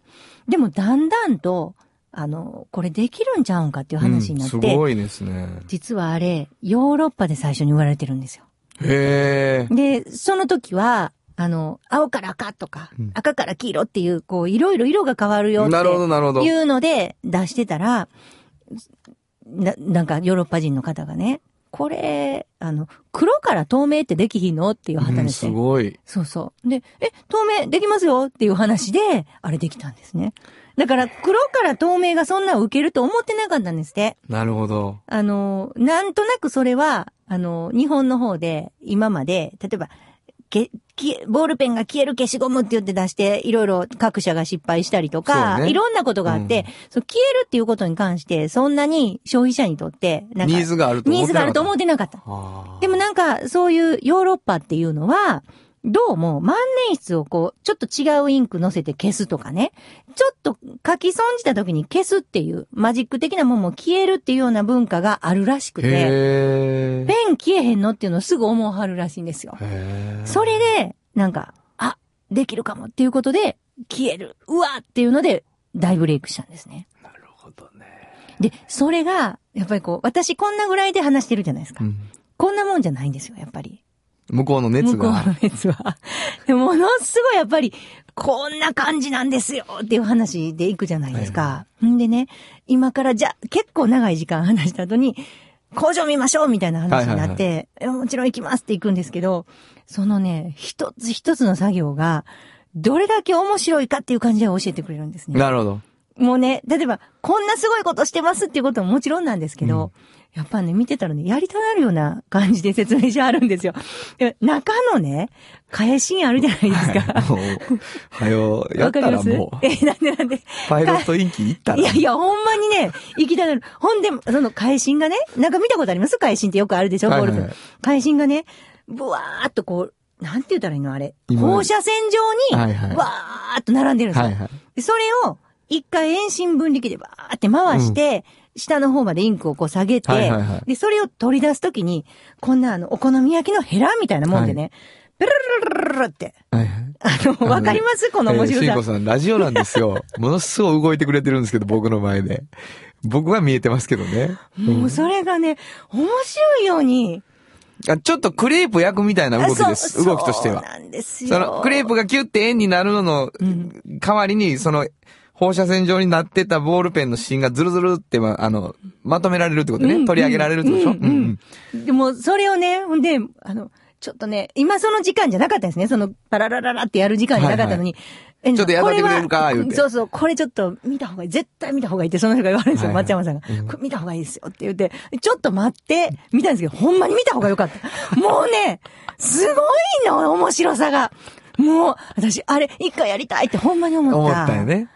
S3: でも、だんだんと、あの、これできるんちゃうんかっていう話になって、
S2: うんすごいですね。
S3: 実はあれ、ヨーロッパで最初に売られてるんですよ。
S2: へえ。
S3: で、その時は、あの、青から赤とか、
S2: うん
S3: 赤から黄色っていう、こう、いろいろ色が変わるよって
S2: なるほど、なるほど。
S3: いうので出してたら、な、なんかヨーロッパ人の方がね、これ、あの、黒から透明ってできひんのっていう
S2: うん
S3: 話
S2: す
S3: で、
S2: ごい。
S3: そうそう。で、え、透明できますよっていう話で、あれできたんですね。だから、黒から透明がそんな受けると思ってなかったんですって。
S2: なるほど。
S3: あの、なんとなくそれは、あの、日本の方で、今まで、例えば、け、消えボールペンが消える消しゴムって言って出して、いろいろ各社が失敗したりと
S2: そ
S3: か、
S2: うね
S3: いろんなことがあって、そう消えるっていうことに関して、そんなに消費者にとって、なんか、
S2: ニーズがあると思
S3: ニ
S2: って
S3: ーズがあると思
S2: う。
S3: ってなかった。
S2: あー
S3: でもなんか、そういうヨーロッパっていうのは、どうも万年筆をこう、ちょっと違うインク乗せて消すとかね、ちょっと書き損じた時に消すっていう、マジック的なもんも消えるっていうような文化があるらしくて、
S2: へ
S3: ペン消えへんのっていうのをすぐ思うはるらしいんですよ。
S2: え。
S3: それで、なんか、あ、できるかもっていうことで、消える、うわっていうので、大ブレイクしたんですね。
S2: なるほどね。
S3: で、それが、やっぱりこう、私こんなぐらいで話してるじゃないですか
S2: う。ん
S3: こんなもんじゃないんですよ、やっぱり。
S2: 向こうの熱
S3: 向こう
S2: が。
S3: の熱は。でものすごいやっぱり、こんな感じなんですよっていう話でいくじゃないですか。んでね、今からじゃ、結構長い時間話した後に、工場見ましょうみたいな話になって、えもちろん行きますって行くんですけど、そのね、一つ一つの作業が、どれだけ面白いかっていう感じで教えてくれるんですね。
S2: なるほど。
S3: もうね、例えば、こんなすごいことしてますっていうことももちろんなんですけど、やっぱね、見てたらね、やりたなるような感じで説明書あるんですよ。で中のね、返しあるじゃないですか。
S2: もう、はよ、や
S3: わ
S2: った
S3: かりま
S2: ら
S3: す
S2: もう、
S3: え、なんでなんで。
S2: パイロットインキ行ったら。
S3: いやいや、ほんまにね、行きたなる。ほんで、その会心がね、なんか見たことあります会心ってよくあるでしょゴ
S2: はい
S3: ー
S2: はい
S3: ルフ。会心がね、ぶわーっとこう、なんて言ったらいいのあれ。
S2: 今まで
S3: 放射線上に、
S2: はいはい
S3: わーっと並んでるんですよ。
S2: はいはい。
S3: でそれを、一回遠心分力でバーって回して、下の方までインクをこう下げて、
S2: はいはいはい
S3: で、それを取り出すときに、こんなあの、お好み焼きのヘラみたいなもんでね、ペルルルルルルルって、
S2: はいはい。
S3: あの、わかりますこの面白
S2: えーシー
S3: さ
S2: コ。さん、ラジオなんです よ。ものすごい動いてくれてるんですけど、僕の前で。僕は見えてますけどね。
S3: もうそれがね、面白いように。
S2: あちょっとクレープ焼くみたいな動き
S3: あ
S2: です。動きとしては
S3: そう。なんですよ。
S2: その、クレープがキュッて円になるのの、代わりに、その、放射線状になってたボールペンの芯がズルズルって、ま、あの、まとめられるってことね。取り上げられるってことでしょ、うんうん
S3: でも、それをね、ほんで、あの、ちょっとね、今その時間じゃなかったんですね。その、パララララってやる時間じゃなかったのに。え
S2: ちょっとやっといてくれるか
S3: こは
S2: 言うて
S3: そうそう、これちょっと見た方がいい。絶対見た方がいいって、その人が言われるんです
S2: はい
S3: よ、
S2: はい
S3: 松山さんが。これ見た方がいいですよって言って、ちょっと待って、見たんですけど、ほんまに見た方がよ かった。もうね、すごいの、面白さが。もう、私、あれ、一回やりたいってほんまに思った。
S2: 思ったよ。ね。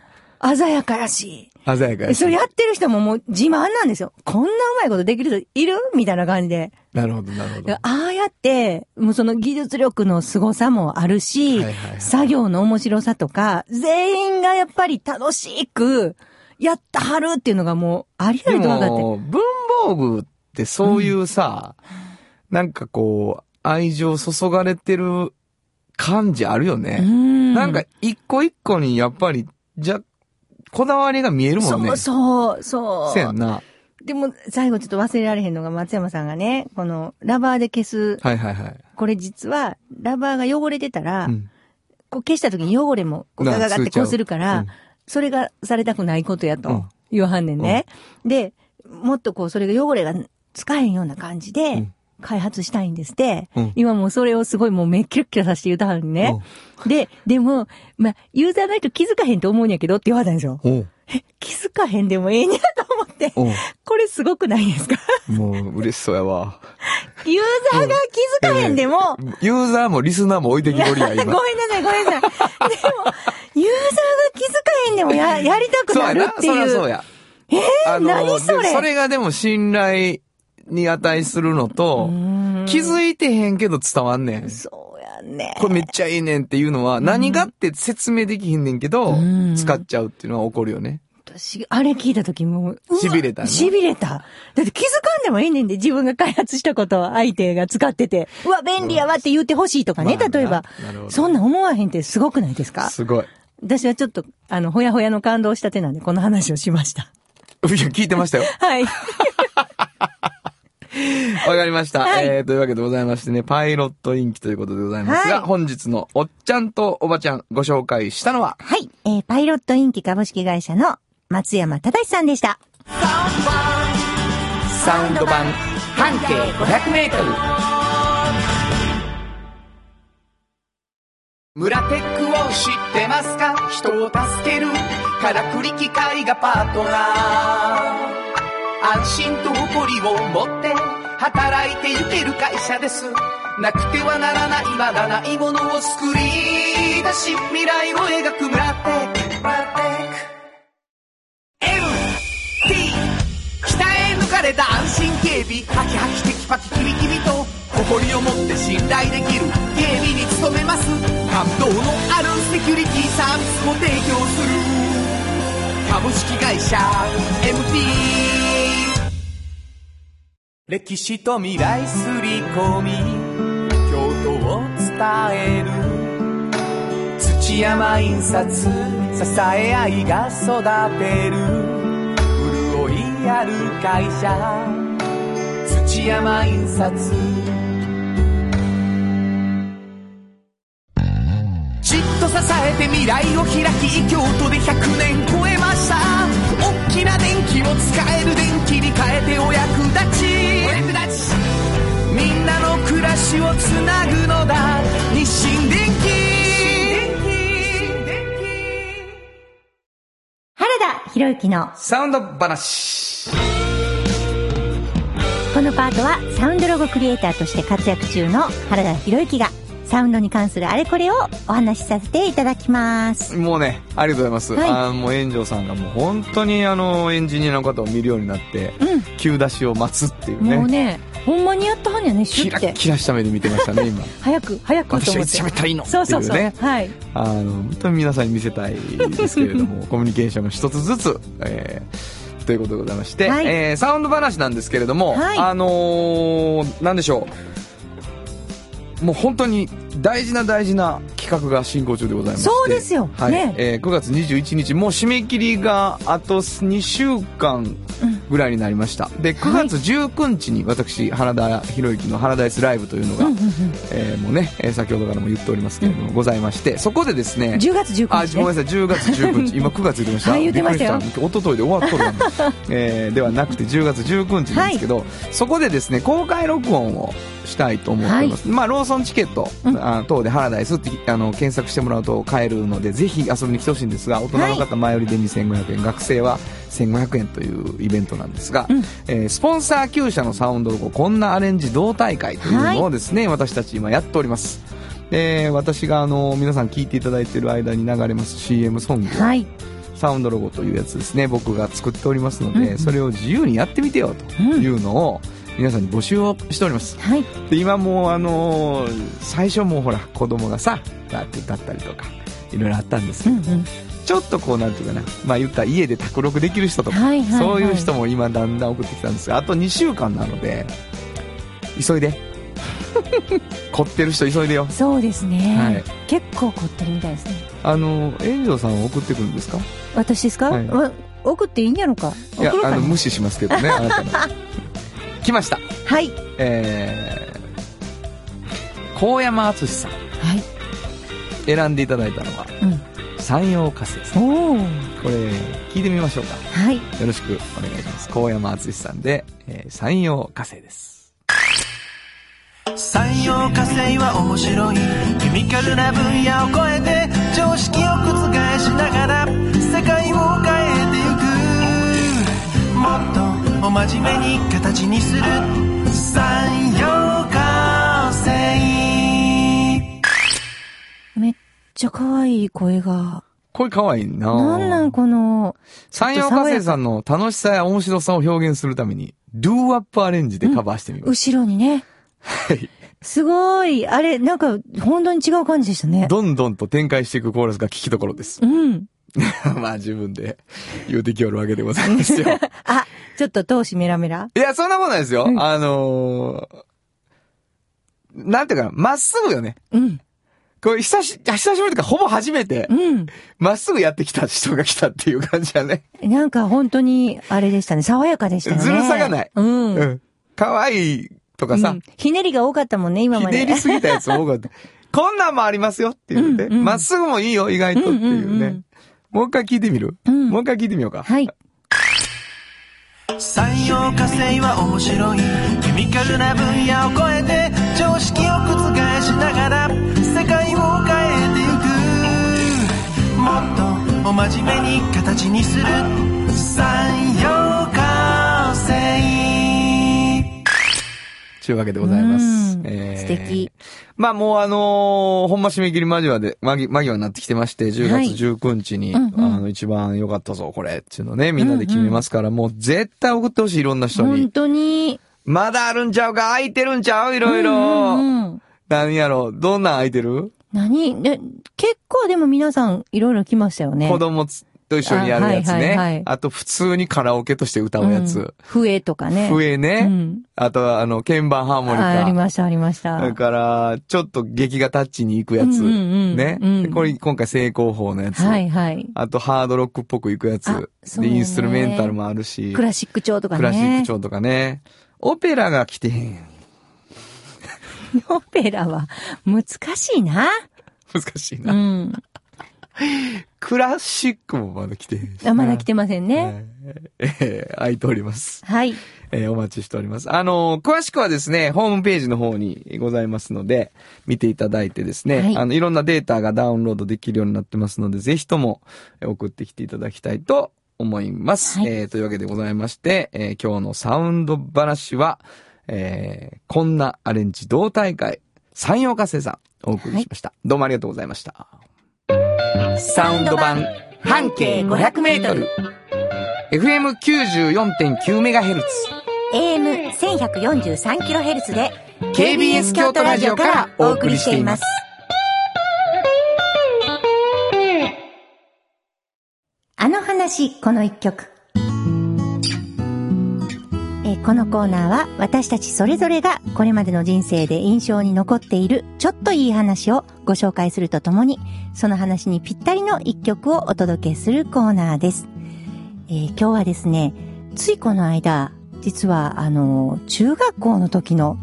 S3: 鮮やかやし。
S2: 鮮やかやし
S3: それやってる人ももう自慢なんですよ。こんなうまいことできる人いるみたいな感じで。
S2: なるほど、なるほど
S3: あ。あやって、もうその技術力の凄さもあるし、
S2: はいはいはい
S3: 作業の面白さとか、全員がやっぱり楽しく、やったはるっていうのがもう、ありあ
S2: で
S3: りと分かって。
S2: も、文房具ってそういうさ、なんかこう、愛情注がれてる感じあるよ
S3: う
S2: ね。
S3: ん
S2: なんか、一個一個にやっぱり、じゃ、こだわりが見えるもんね。
S3: そうそう、そう。
S2: せやんな。
S3: でも、最後ちょっと忘れられへんのが松山さんがね、この、ラバーで消す、
S2: はいはいはい。
S3: これ実は、ラバーが汚れてたら、
S2: うん
S3: こう消した時に汚れもこう
S2: な
S3: ガガガってこうするか
S2: 吸
S3: ら
S2: っちゃ、
S3: それがされたくないことや
S2: う
S3: と
S2: ん
S3: 言わはんねんね。で、もっとこうそれが汚れが使えんような感じ
S2: う
S3: で
S2: ん
S3: 開発したいんですって、
S2: うん
S3: 今もうそれをすごいもう目キラキラさせて言うたはるね。で、でも、まあ、ユーザーの人気づかへんと思うんやけどって言わはったんですよ。
S2: おう
S3: 気づかへんでもええにゃと思って、
S2: おう
S3: これすごくないですか
S2: もう嬉しそうやわ。
S3: ユーザーが気づかへんでも、
S2: ユーザーもリスナーも置いてきぼりや、
S3: ごめんな
S2: 今。
S3: さい、ごめんなさい。でも、ユーザーが気づかへんでもや、 やりたく
S2: そう
S3: な
S2: や
S3: る
S2: な、
S3: って
S2: そり
S3: い
S2: ゃ
S3: う。
S2: そうや。
S3: えー、
S2: あの
S3: 何それ
S2: でそれがでも信頼に値するのと、気づいてへんけど伝わんねん。
S3: そうやね。
S2: これめっちゃいいねんっていうのは、何がって説明できへんねんけど
S3: うん、
S2: 使っちゃうっていうのは起こるよね。
S3: 私、あれ聞いた時もう、うわ
S2: 痺れたな
S3: 痺れた。だって気づかんでもええねんで、自分が開発したことを相手が使ってて、うわ、便利やわって言ってほしいとかね、
S2: まあな
S3: 例えば
S2: なるほ。ど
S3: そんなん思わへんってすごくないですか
S2: すごい。
S3: 私はちょっと、あの、ほやほやの感動したてなんで、この話をし ました。
S2: いや、聞いてましたよ。
S3: はい。
S2: わかりました。
S3: はい
S2: えー、というわけでございましてね、パイロットインキということでございますが、
S3: はい
S2: 本日のおっちゃんとおばちゃんご紹介したのは、
S3: はい。えー、パイロットインキ株式会社の松山正さんでした。
S2: サウンド版半径500メートル。
S4: 村テックを知ってますか人を助けるからくり機械がパートナー安心と誇りを持って働いてゆける会社ですなくてはならないまだないものを作り出し未来を描く村テック村テック MT 鍛え抜かれた安心警備ハキハキテキパキキビキビと誇りを持って信頼できる警備に努めます感動のあるセキュリティサービスも提供する株式会社 MT 歴史と未来すり込み京都を伝える土山印刷支え合いが育てる潤いある会社土山印刷じっと支えて未来を開き京都で100年超えました大きな電気を使える電気に変えてお役立ちお役立ちみんなの暮らしをつなぐのだ日清電気
S3: 原田博之の
S2: サウンド話。
S3: このパートはサウンドロゴクリエイターとして活躍中の原田博之がサウンドに関するあれこれをお話しさせていただきます。
S2: もうね、ありがとうございます。
S3: はい
S2: あーもう炎上さんがもう本当にあの、エンジニアの方を見るようになって、
S3: う。
S2: 急出しを待つっていうんね。
S3: もうね、ほんまにやったはんやね、シ
S2: キ
S3: ュ
S2: ラ
S3: って
S2: ッ。キラした目で見てましたね、 今。
S3: 早く、早くと
S2: 私
S3: 思
S2: は
S3: っ
S2: い
S3: て
S2: つ。喋ったらいいの
S3: そうそう
S2: って
S3: そう。
S2: いうね。
S3: はい。
S2: あの、本当に皆さんに見せたいですけれど も、コミュニケーションの一つずつ、えーということでございまして、
S3: はい
S2: えーサウンド話なんですけれども、
S3: はい
S2: あのーなんでしょう。もう本当に大事な大事な企画が進行中でございまして
S3: そうですよ
S2: はい
S3: ね
S2: えー9月21日もう締め切りがあと2週間ぐらいになりました、で9月19日に私原田博之の「ハラダイスライブ」というのが、えーもうね、えー先ほどからも言っておりますけれども、ございましてそこでですね
S3: 10月19
S2: あ
S3: 日
S2: ごめんな
S3: ね。
S2: さい10月19日今9月言ってました
S3: はい言ってましたよ
S2: びっくり一昨日で終わっとる わ、えーではなくて10月19日なんですけど、そこでですね公開録音をしたいと思っております、まあローソンチケット、あ等で「ハラダイス」ってあの検索してもらうと買えるのでぜひ遊びに来てほしいんですが大人の方前売りで2500円学生は1500円というイベントなんですが、えースポンサー9社のサウンドロゴこんなアレンジ同大会というのをですね、私たち今やっておりますで私があの皆さん聞いていただいている間に流れます CM ソング を
S3: はい。
S2: サウンドロゴというやつですね僕が作っておりますので、それを自由にやってみてよというのを皆さんに募集をしております
S3: はい。
S2: で今もうあのー最初もうほら子供がさだって歌ったりとかいろいろあったんですけ
S3: う
S2: ど、
S3: んうん。
S2: ちょっとこうなんていうかなまあ言ったら家で卓録できる人とか、
S3: はいはいはい
S2: そういう人も今だんだん送ってきたんですがあと2週間なので急 いで凝ってる人急いでよ
S3: そうですね。
S2: はい
S3: 結構凝ってるみたいですね。
S2: あの炎上さんは送ってくるんですか
S3: 私ですか、
S2: はい
S3: わ送っていいんやろか
S2: い
S3: 送
S2: や
S3: ろう
S2: あ
S3: か
S2: の
S3: な
S2: 無視しますけ どねあなたの来ました
S3: はい。
S2: えー、高山敦さん
S3: はい。
S2: 選んでいただいたのは
S3: うん。
S2: 山陽火星さん
S3: おお。
S2: これ聞いてみましょうか
S3: はい。
S2: よろしくお願いします高山敦さんで、えー山陽火星です
S4: 産業化成は面白いケミカルな分野を超えて常識を覆しながら世界を変えてゆくもっとお真面目に形にする産業化成
S3: めっちゃ可愛い声が。
S2: これ可愛いな
S3: なんなんこの、
S2: 山陽火星さんの楽しさや面白さを表現するために、ドゥーアップアレンジでカバーしてみまし
S3: 後ろにね。
S2: た。はい
S3: すごい。あれ、なんか、本当に違う感じでしたね。
S2: どんどんと展開していくコーラスが聞きどころです
S3: う。ん。
S2: まあ自分で言うてきおるわけでございます よ。
S3: あ、ちょっと闘志メラメラ。
S2: いや、そんなことないですよ。あのー、なんていうかな、まっすぐよね。
S3: うん。
S2: これ久し、久しぶりとかほぼ初めて、
S6: うん。
S2: まっすぐやってきた人が来たっていう感じだね。
S6: なんか本当に、あれでしたね。爽やかでしたね。
S2: ずるさがない
S6: うん。
S2: う
S6: うん
S2: ん。可愛いとかさ、
S6: ひねりが多かったもんね、今
S2: ひ
S6: まで。
S2: ねりすぎたやつも多か った。こんなんもありますよっていうね。
S6: うんうん
S2: まっすぐもいいよ、意外とっていう
S6: うんうんう
S2: ね
S6: ん。
S2: もう一回聞いてみる
S6: うん
S2: もう一回聞いてみようか。
S6: はい。
S7: 産業化成は面白いケミカルな分野を超えて常識を覆しながら世界を変えてゆくもっとお真面目に形にする「産業化成」
S2: というわけでございます
S6: う。ん
S2: えー
S6: 素敵。
S2: まあもうあのーほんま締め切り間際で、間際間際になってきてまして、10
S6: はい
S2: 月19日に、
S6: うんうん
S2: あの、一番良かったぞ、これ、っていうのね、みんなで決めますから、もう絶対送ってほしい、いろんな人
S6: 本
S2: に。
S6: 当に。
S2: まだあるんちゃうか空いてるんちゃういろい
S6: うん
S2: ろ。
S6: うんうん
S2: 何やろどんなん空いてる
S6: 何で結構でも皆さんいろいろ来ましたよね。
S2: 子供つと一緒にやるやつ
S6: あはいはいはい
S2: ね。あと、普通にカラオケとして歌うや
S6: うん
S2: つ。
S6: 笛とかね。
S2: 笛
S6: う
S2: ね。
S6: ん。
S2: あとは、あの、鍵盤ハーモニ
S6: ああ
S2: カ。
S6: りました、ありました。
S2: だから、ちょっと劇画タッチに行くやつ。
S6: うんうんうん
S2: ね
S6: うん。
S2: でこれ、今回成功法のやつ。
S6: はいはい。
S2: あと、ハードロックっぽく行くや
S6: あ
S2: つ。
S6: そう
S2: で、
S6: ね
S2: インストゥルメンタルもあるし。
S6: クラシック調とかね。
S2: クラシック調とかね。オペラが来てへん。
S6: オペラは難しいな。
S2: 難しいうな。
S6: ん。
S2: クラシックもまだ来てへんしな
S6: あまだ来てませんね。
S2: えーえー空いております。
S6: はい。
S2: えーお待ちしております。あのー詳しくはですね、ホームページの方にございますので、見ていただいてですね、
S6: はい
S2: あの、いろんなデータがダウンロードできるようになってますので、ぜひともえー送ってきていただきたいと思います。
S6: はい
S2: えーというわけでございまして、えー今日のサウンド話は、えーこんなアレンジ同大会、山陽火星さん、お送りしました、どうもありがとうございました。サウンド版、半径500メートル。FM94.9 メガヘルツ。
S3: AM1143kHz で
S2: KBS 京都ラジオからお送りしています。
S3: あの話、この一曲。えーこのコーナーは私たちそれぞれがこれまでの人生で印象に残っているちょっといい話をご紹介するとともにその話にぴったりの一曲をお届けするコーナーです。えー今日はですね、ついこの間、実はあの、中学校の時の、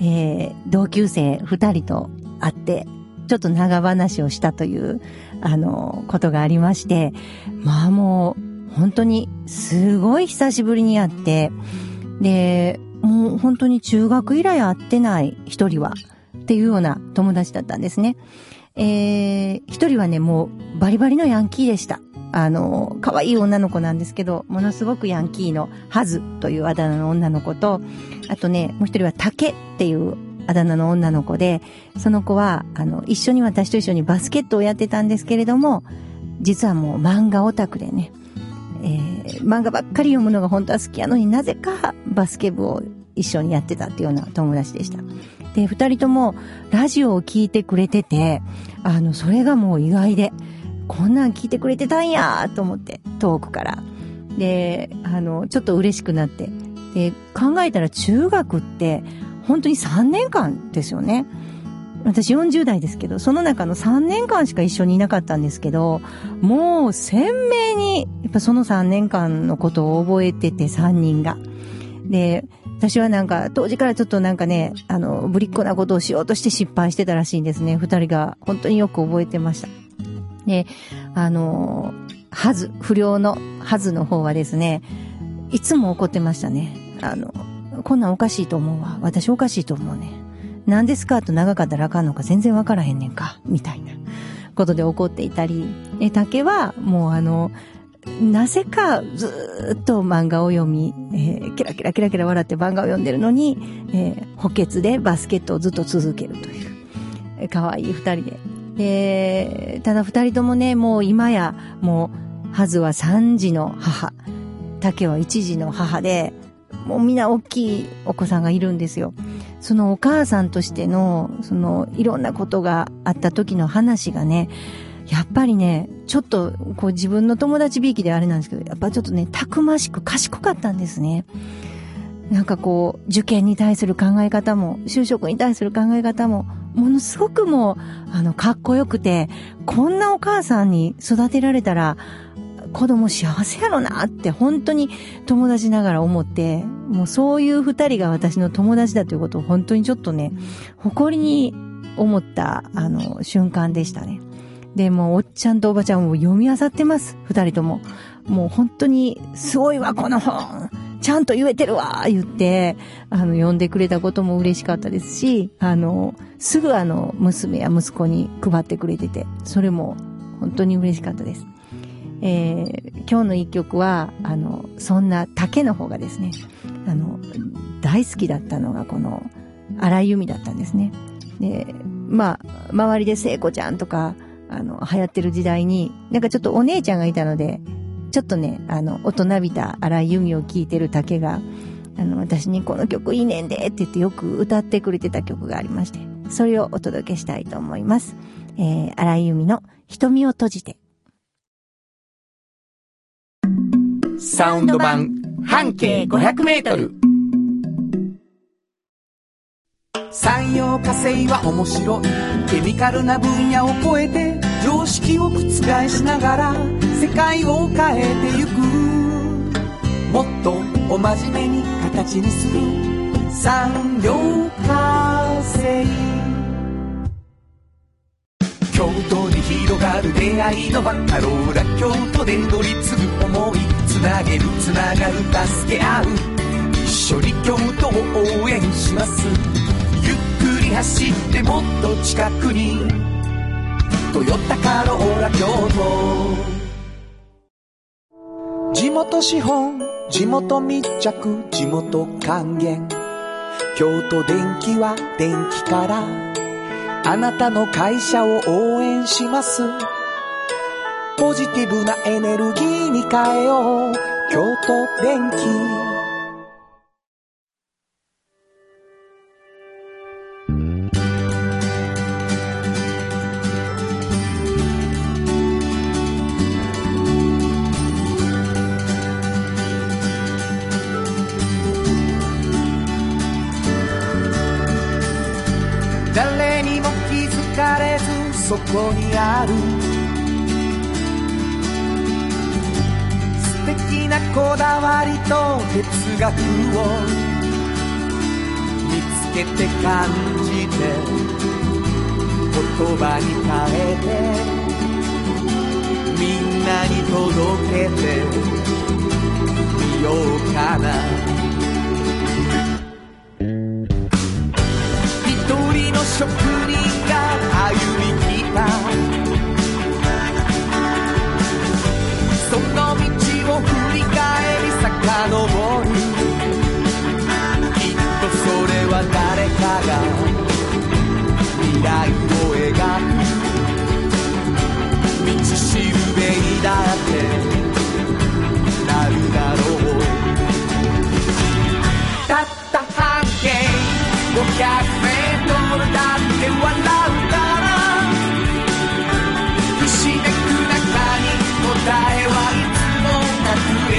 S3: えー同級生二人と会って、ちょっと長話をしたという、あの、ことがありまして、まあもう、本当に、すごい久しぶりに会って、で、もう本当に中学以来会ってない一人は、っていうような友達だったんですね。えー一人はね、もうバリバリのヤンキーでした。あの、可愛い女の子なんですけど、ものすごくヤンキーのハズというあだ名の女の子と、あとね、もう一人は竹っていうあだ名の女の子で、その子は、あの、一緒に私と一緒にバスケットをやってたんですけれども、実はもう漫画オタクでね、えー漫画ばっかり読むのが本当は好きやのになぜかバスケ部を一緒にやってたっていうような友達でした。で、二人ともラジオを聞いてくれてて、あの、それがもう意外で、こんなん聞いてくれてたんやと思って、遠くから。で、あの、ちょっと嬉しくなって。で、考えたら中学って、本当に3年間ですよね。私40代ですけど、その中の3年間しか一緒にいなかったんですけど、もう鮮明に、やっぱその3年間のことを覚えてて3人が。で、私はなんか、当時からちょっとなんかね、あの、ぶりっ子なことをしようとして失敗してたらしいんですね。二人が本当によく覚えてました。で、あの、ハズ、不良のハズの方はですね、いつも怒ってましたね。あの、こんなんおかしいと思うわ。私おかしいと思うね。なんでスカート長かったらあかんのか全然わからへんねんか。みたいなことで怒っていたり。え、竹はもうあの、なぜかずーっと漫画を読み、えーキラキラキラキラ笑って漫画を読んでるのに、えー補欠でバスケットをずっと続けるという、えー可愛い二人で。で、ただ二人ともね、もう今や、もう、ハズは三児の母、竹は一児の母で、もうみんな大きいお子さんがいるんですよ。そのお母さんとしての、その、いろんなことがあった時の話がね、やっぱりね、ちょっと、こう自分の友達びいきであれなんですけど、やっぱちょっとね、たくましく賢かったんですね。なんかこう、受験に対する考え方も、就職に対する考え方も、ものすごくもう、あの、かっこよくて、こんなお母さんに育てられたら、子供幸せやろなって、本当に友達ながら思って、もうそういう二人が私の友達だということを本当にちょっとね、誇りに思った、あの、瞬間でしたね。で、もうおっちゃんとおばちゃんを読み漁ってます、二人とも。もう本当に、すごいわ、この本ちゃんと言えてるわ言って、あの、読んでくれたことも嬉しかったですし、あの、すぐあの、娘や息子に配ってくれてて、それも本当に嬉しかったです。えー今日の一曲は、あの、そんな竹の方がですね、あの、大好きだったのがこの、荒井由実だったんですね。で、まあ、周りで聖子ちゃんとか、あの、流行ってる時代に、なんかちょっとお姉ちゃんがいたので、ちょっとね、あの、大人びた荒井由実を聴いてる竹が、あの、私にこの曲いいねんでって言ってよく歌ってくれてた曲がありまして、それをお届けしたいと思います。えー、荒井由実の瞳を閉じて。
S2: サウンド版半径500メートル。
S4: 産業化成は面白いケミカルな分野を超えて常識を覆しながら世界を変えてゆくもっとお真面目に形にする産業化成京都に広がる出会いの場カローラ京都で乗り継ぐ思いつなげるつながる助け合う一緒に京都を応援しますゆっくり走ってもっと近くに「トヨタカローラ京都」地元資本地元密着地元還元京都電気は電気からあなたの会社を応援しますポジティブなエネルギーに変えよう京都電気誰にも気づかれずそこにある素敵なこだわりと哲学を見つけて感じて言葉に変えてみんなに届けてみようかな一人の職人が歩み来たその道を振り返り遡るきっとそれは誰かが未来を描く道しるべにだってなるだろうたった半径500メートルだって笑うからひしめく中に答えはいつも隠れ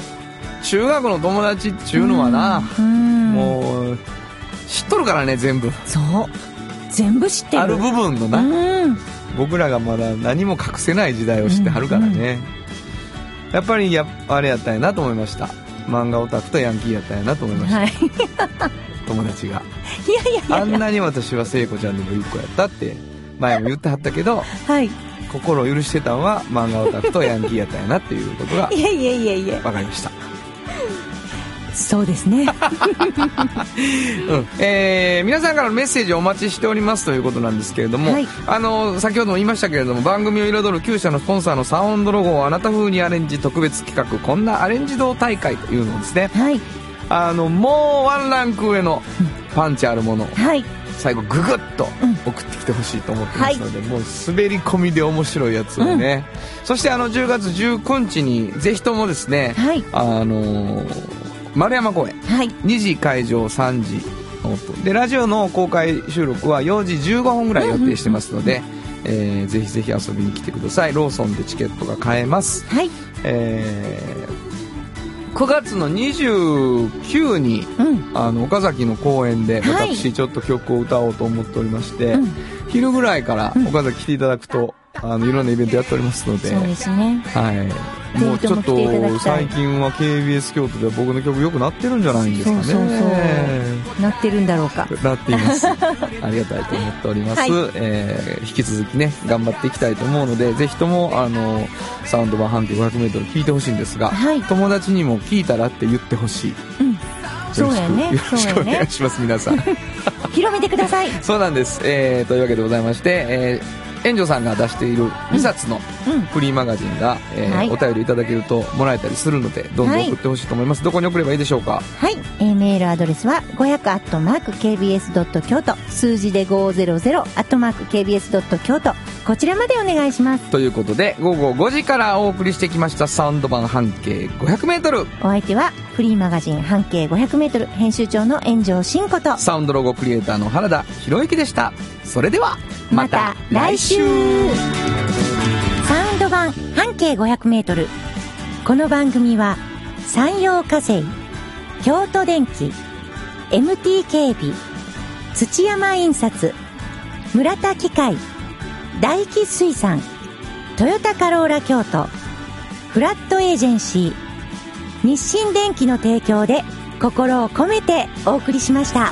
S2: ー中学の友達っちゅうのはな、
S3: うん。
S2: もう、知っとるからね、全部。
S3: そう。全部知ってる。
S2: ある部分のな、
S3: うん。
S2: 僕らがまだ何も隠せない時代を知ってはるからね。やっぱりや、あれやったんやなと思いました。漫画オタクとヤンキーやったんやなと思いました。
S3: はい。
S2: 友達が。
S3: いやいやい
S2: あ
S3: や
S2: んなに私は聖子ちゃんでも一個やったって、前も言ってはったけど、
S3: はい。
S2: 心を許してたんは漫画オタクとヤンキーやったんやなっていうことが
S3: いやいやいやいや。
S2: 分かりました。
S3: そうです ね。
S2: うんえー皆さんからのメッセージをお待ちしておりますということなんですけれども、
S3: はい
S2: あの先ほども言いましたけれども番組を彩る旧社のスポンサーのサウンドロゴをあなた風にアレンジ特別企画こんなアレンジ道大会というのをですね
S3: はい。
S2: あのもうワンランク上のパンチあるものを
S3: はい。
S2: 最後ググッと送ってきてほしいと思ってますので、もう滑り込みで面白いやつをね、そしてあの10月19日にぜひともですね、
S3: はい
S2: あのー丸山公園
S3: はい。
S2: 2時会場3時オープンでラジオの公開収録は4時15分ぐらい予定してますので、えーぜひぜひ遊びに来てくださいローソンでチケットが買えます、
S3: はい。
S2: えー9月の29に
S3: うん。
S2: あの岡崎の公演で
S3: はい
S2: 私ちょっと曲を歌おうと思っておりまして、
S3: うん
S2: 昼ぐらいから岡崎来ていただくと、あのいろんなイベントやっておりますので
S3: そうですね。
S2: はい、
S3: ぜ
S2: もうち
S3: ひと
S2: ょっ
S3: も来ていただきたい
S2: と最近は KBS 京都では僕の曲よくなってるんじゃないんですかね
S3: そうそうなってるんだろうか。
S2: なっています ありがたいと思っております、
S3: はい
S2: えー引き続きね頑張っていきたいと思うのでぜひともあのサウンド版半径 500m 聞いてほしいんですが、
S3: はい
S2: 友達にも聞いたらって言ってほしい
S3: そうや
S2: よ
S3: ね
S2: ろしくよろしくお
S3: そうやね
S2: 願いします、皆さん
S3: 広めてください。
S2: そうなんです、えーというわけでございまして、えー、園長さんが出している2冊の
S3: うん
S2: フリーマガジンが、えー
S3: はい
S2: お便りいただけるともらえたりするのでどんどん送ってほしいと思います、どこに送ればいいでしょうか
S3: はい、えーメールアドレスは5 0 0 k b s k y o t 数字で5 0 0 k b s k y o t こちらまでお願いします
S2: ということで午後5時からお送りしてきましたサウンド版半径 500m
S3: お相手はフリーマガジン半径 500m 編集長の炎上真子と
S2: サウンドロゴクリエイターの原田博之でしたそれではまた来週
S3: サウンド版半径 500m この番組は山陽火星京都電機 MT 警備土山印刷村田機械大気水産トヨタカローラ京都フラットエージェンシー日清電機の提供で心を込めてお送りしました。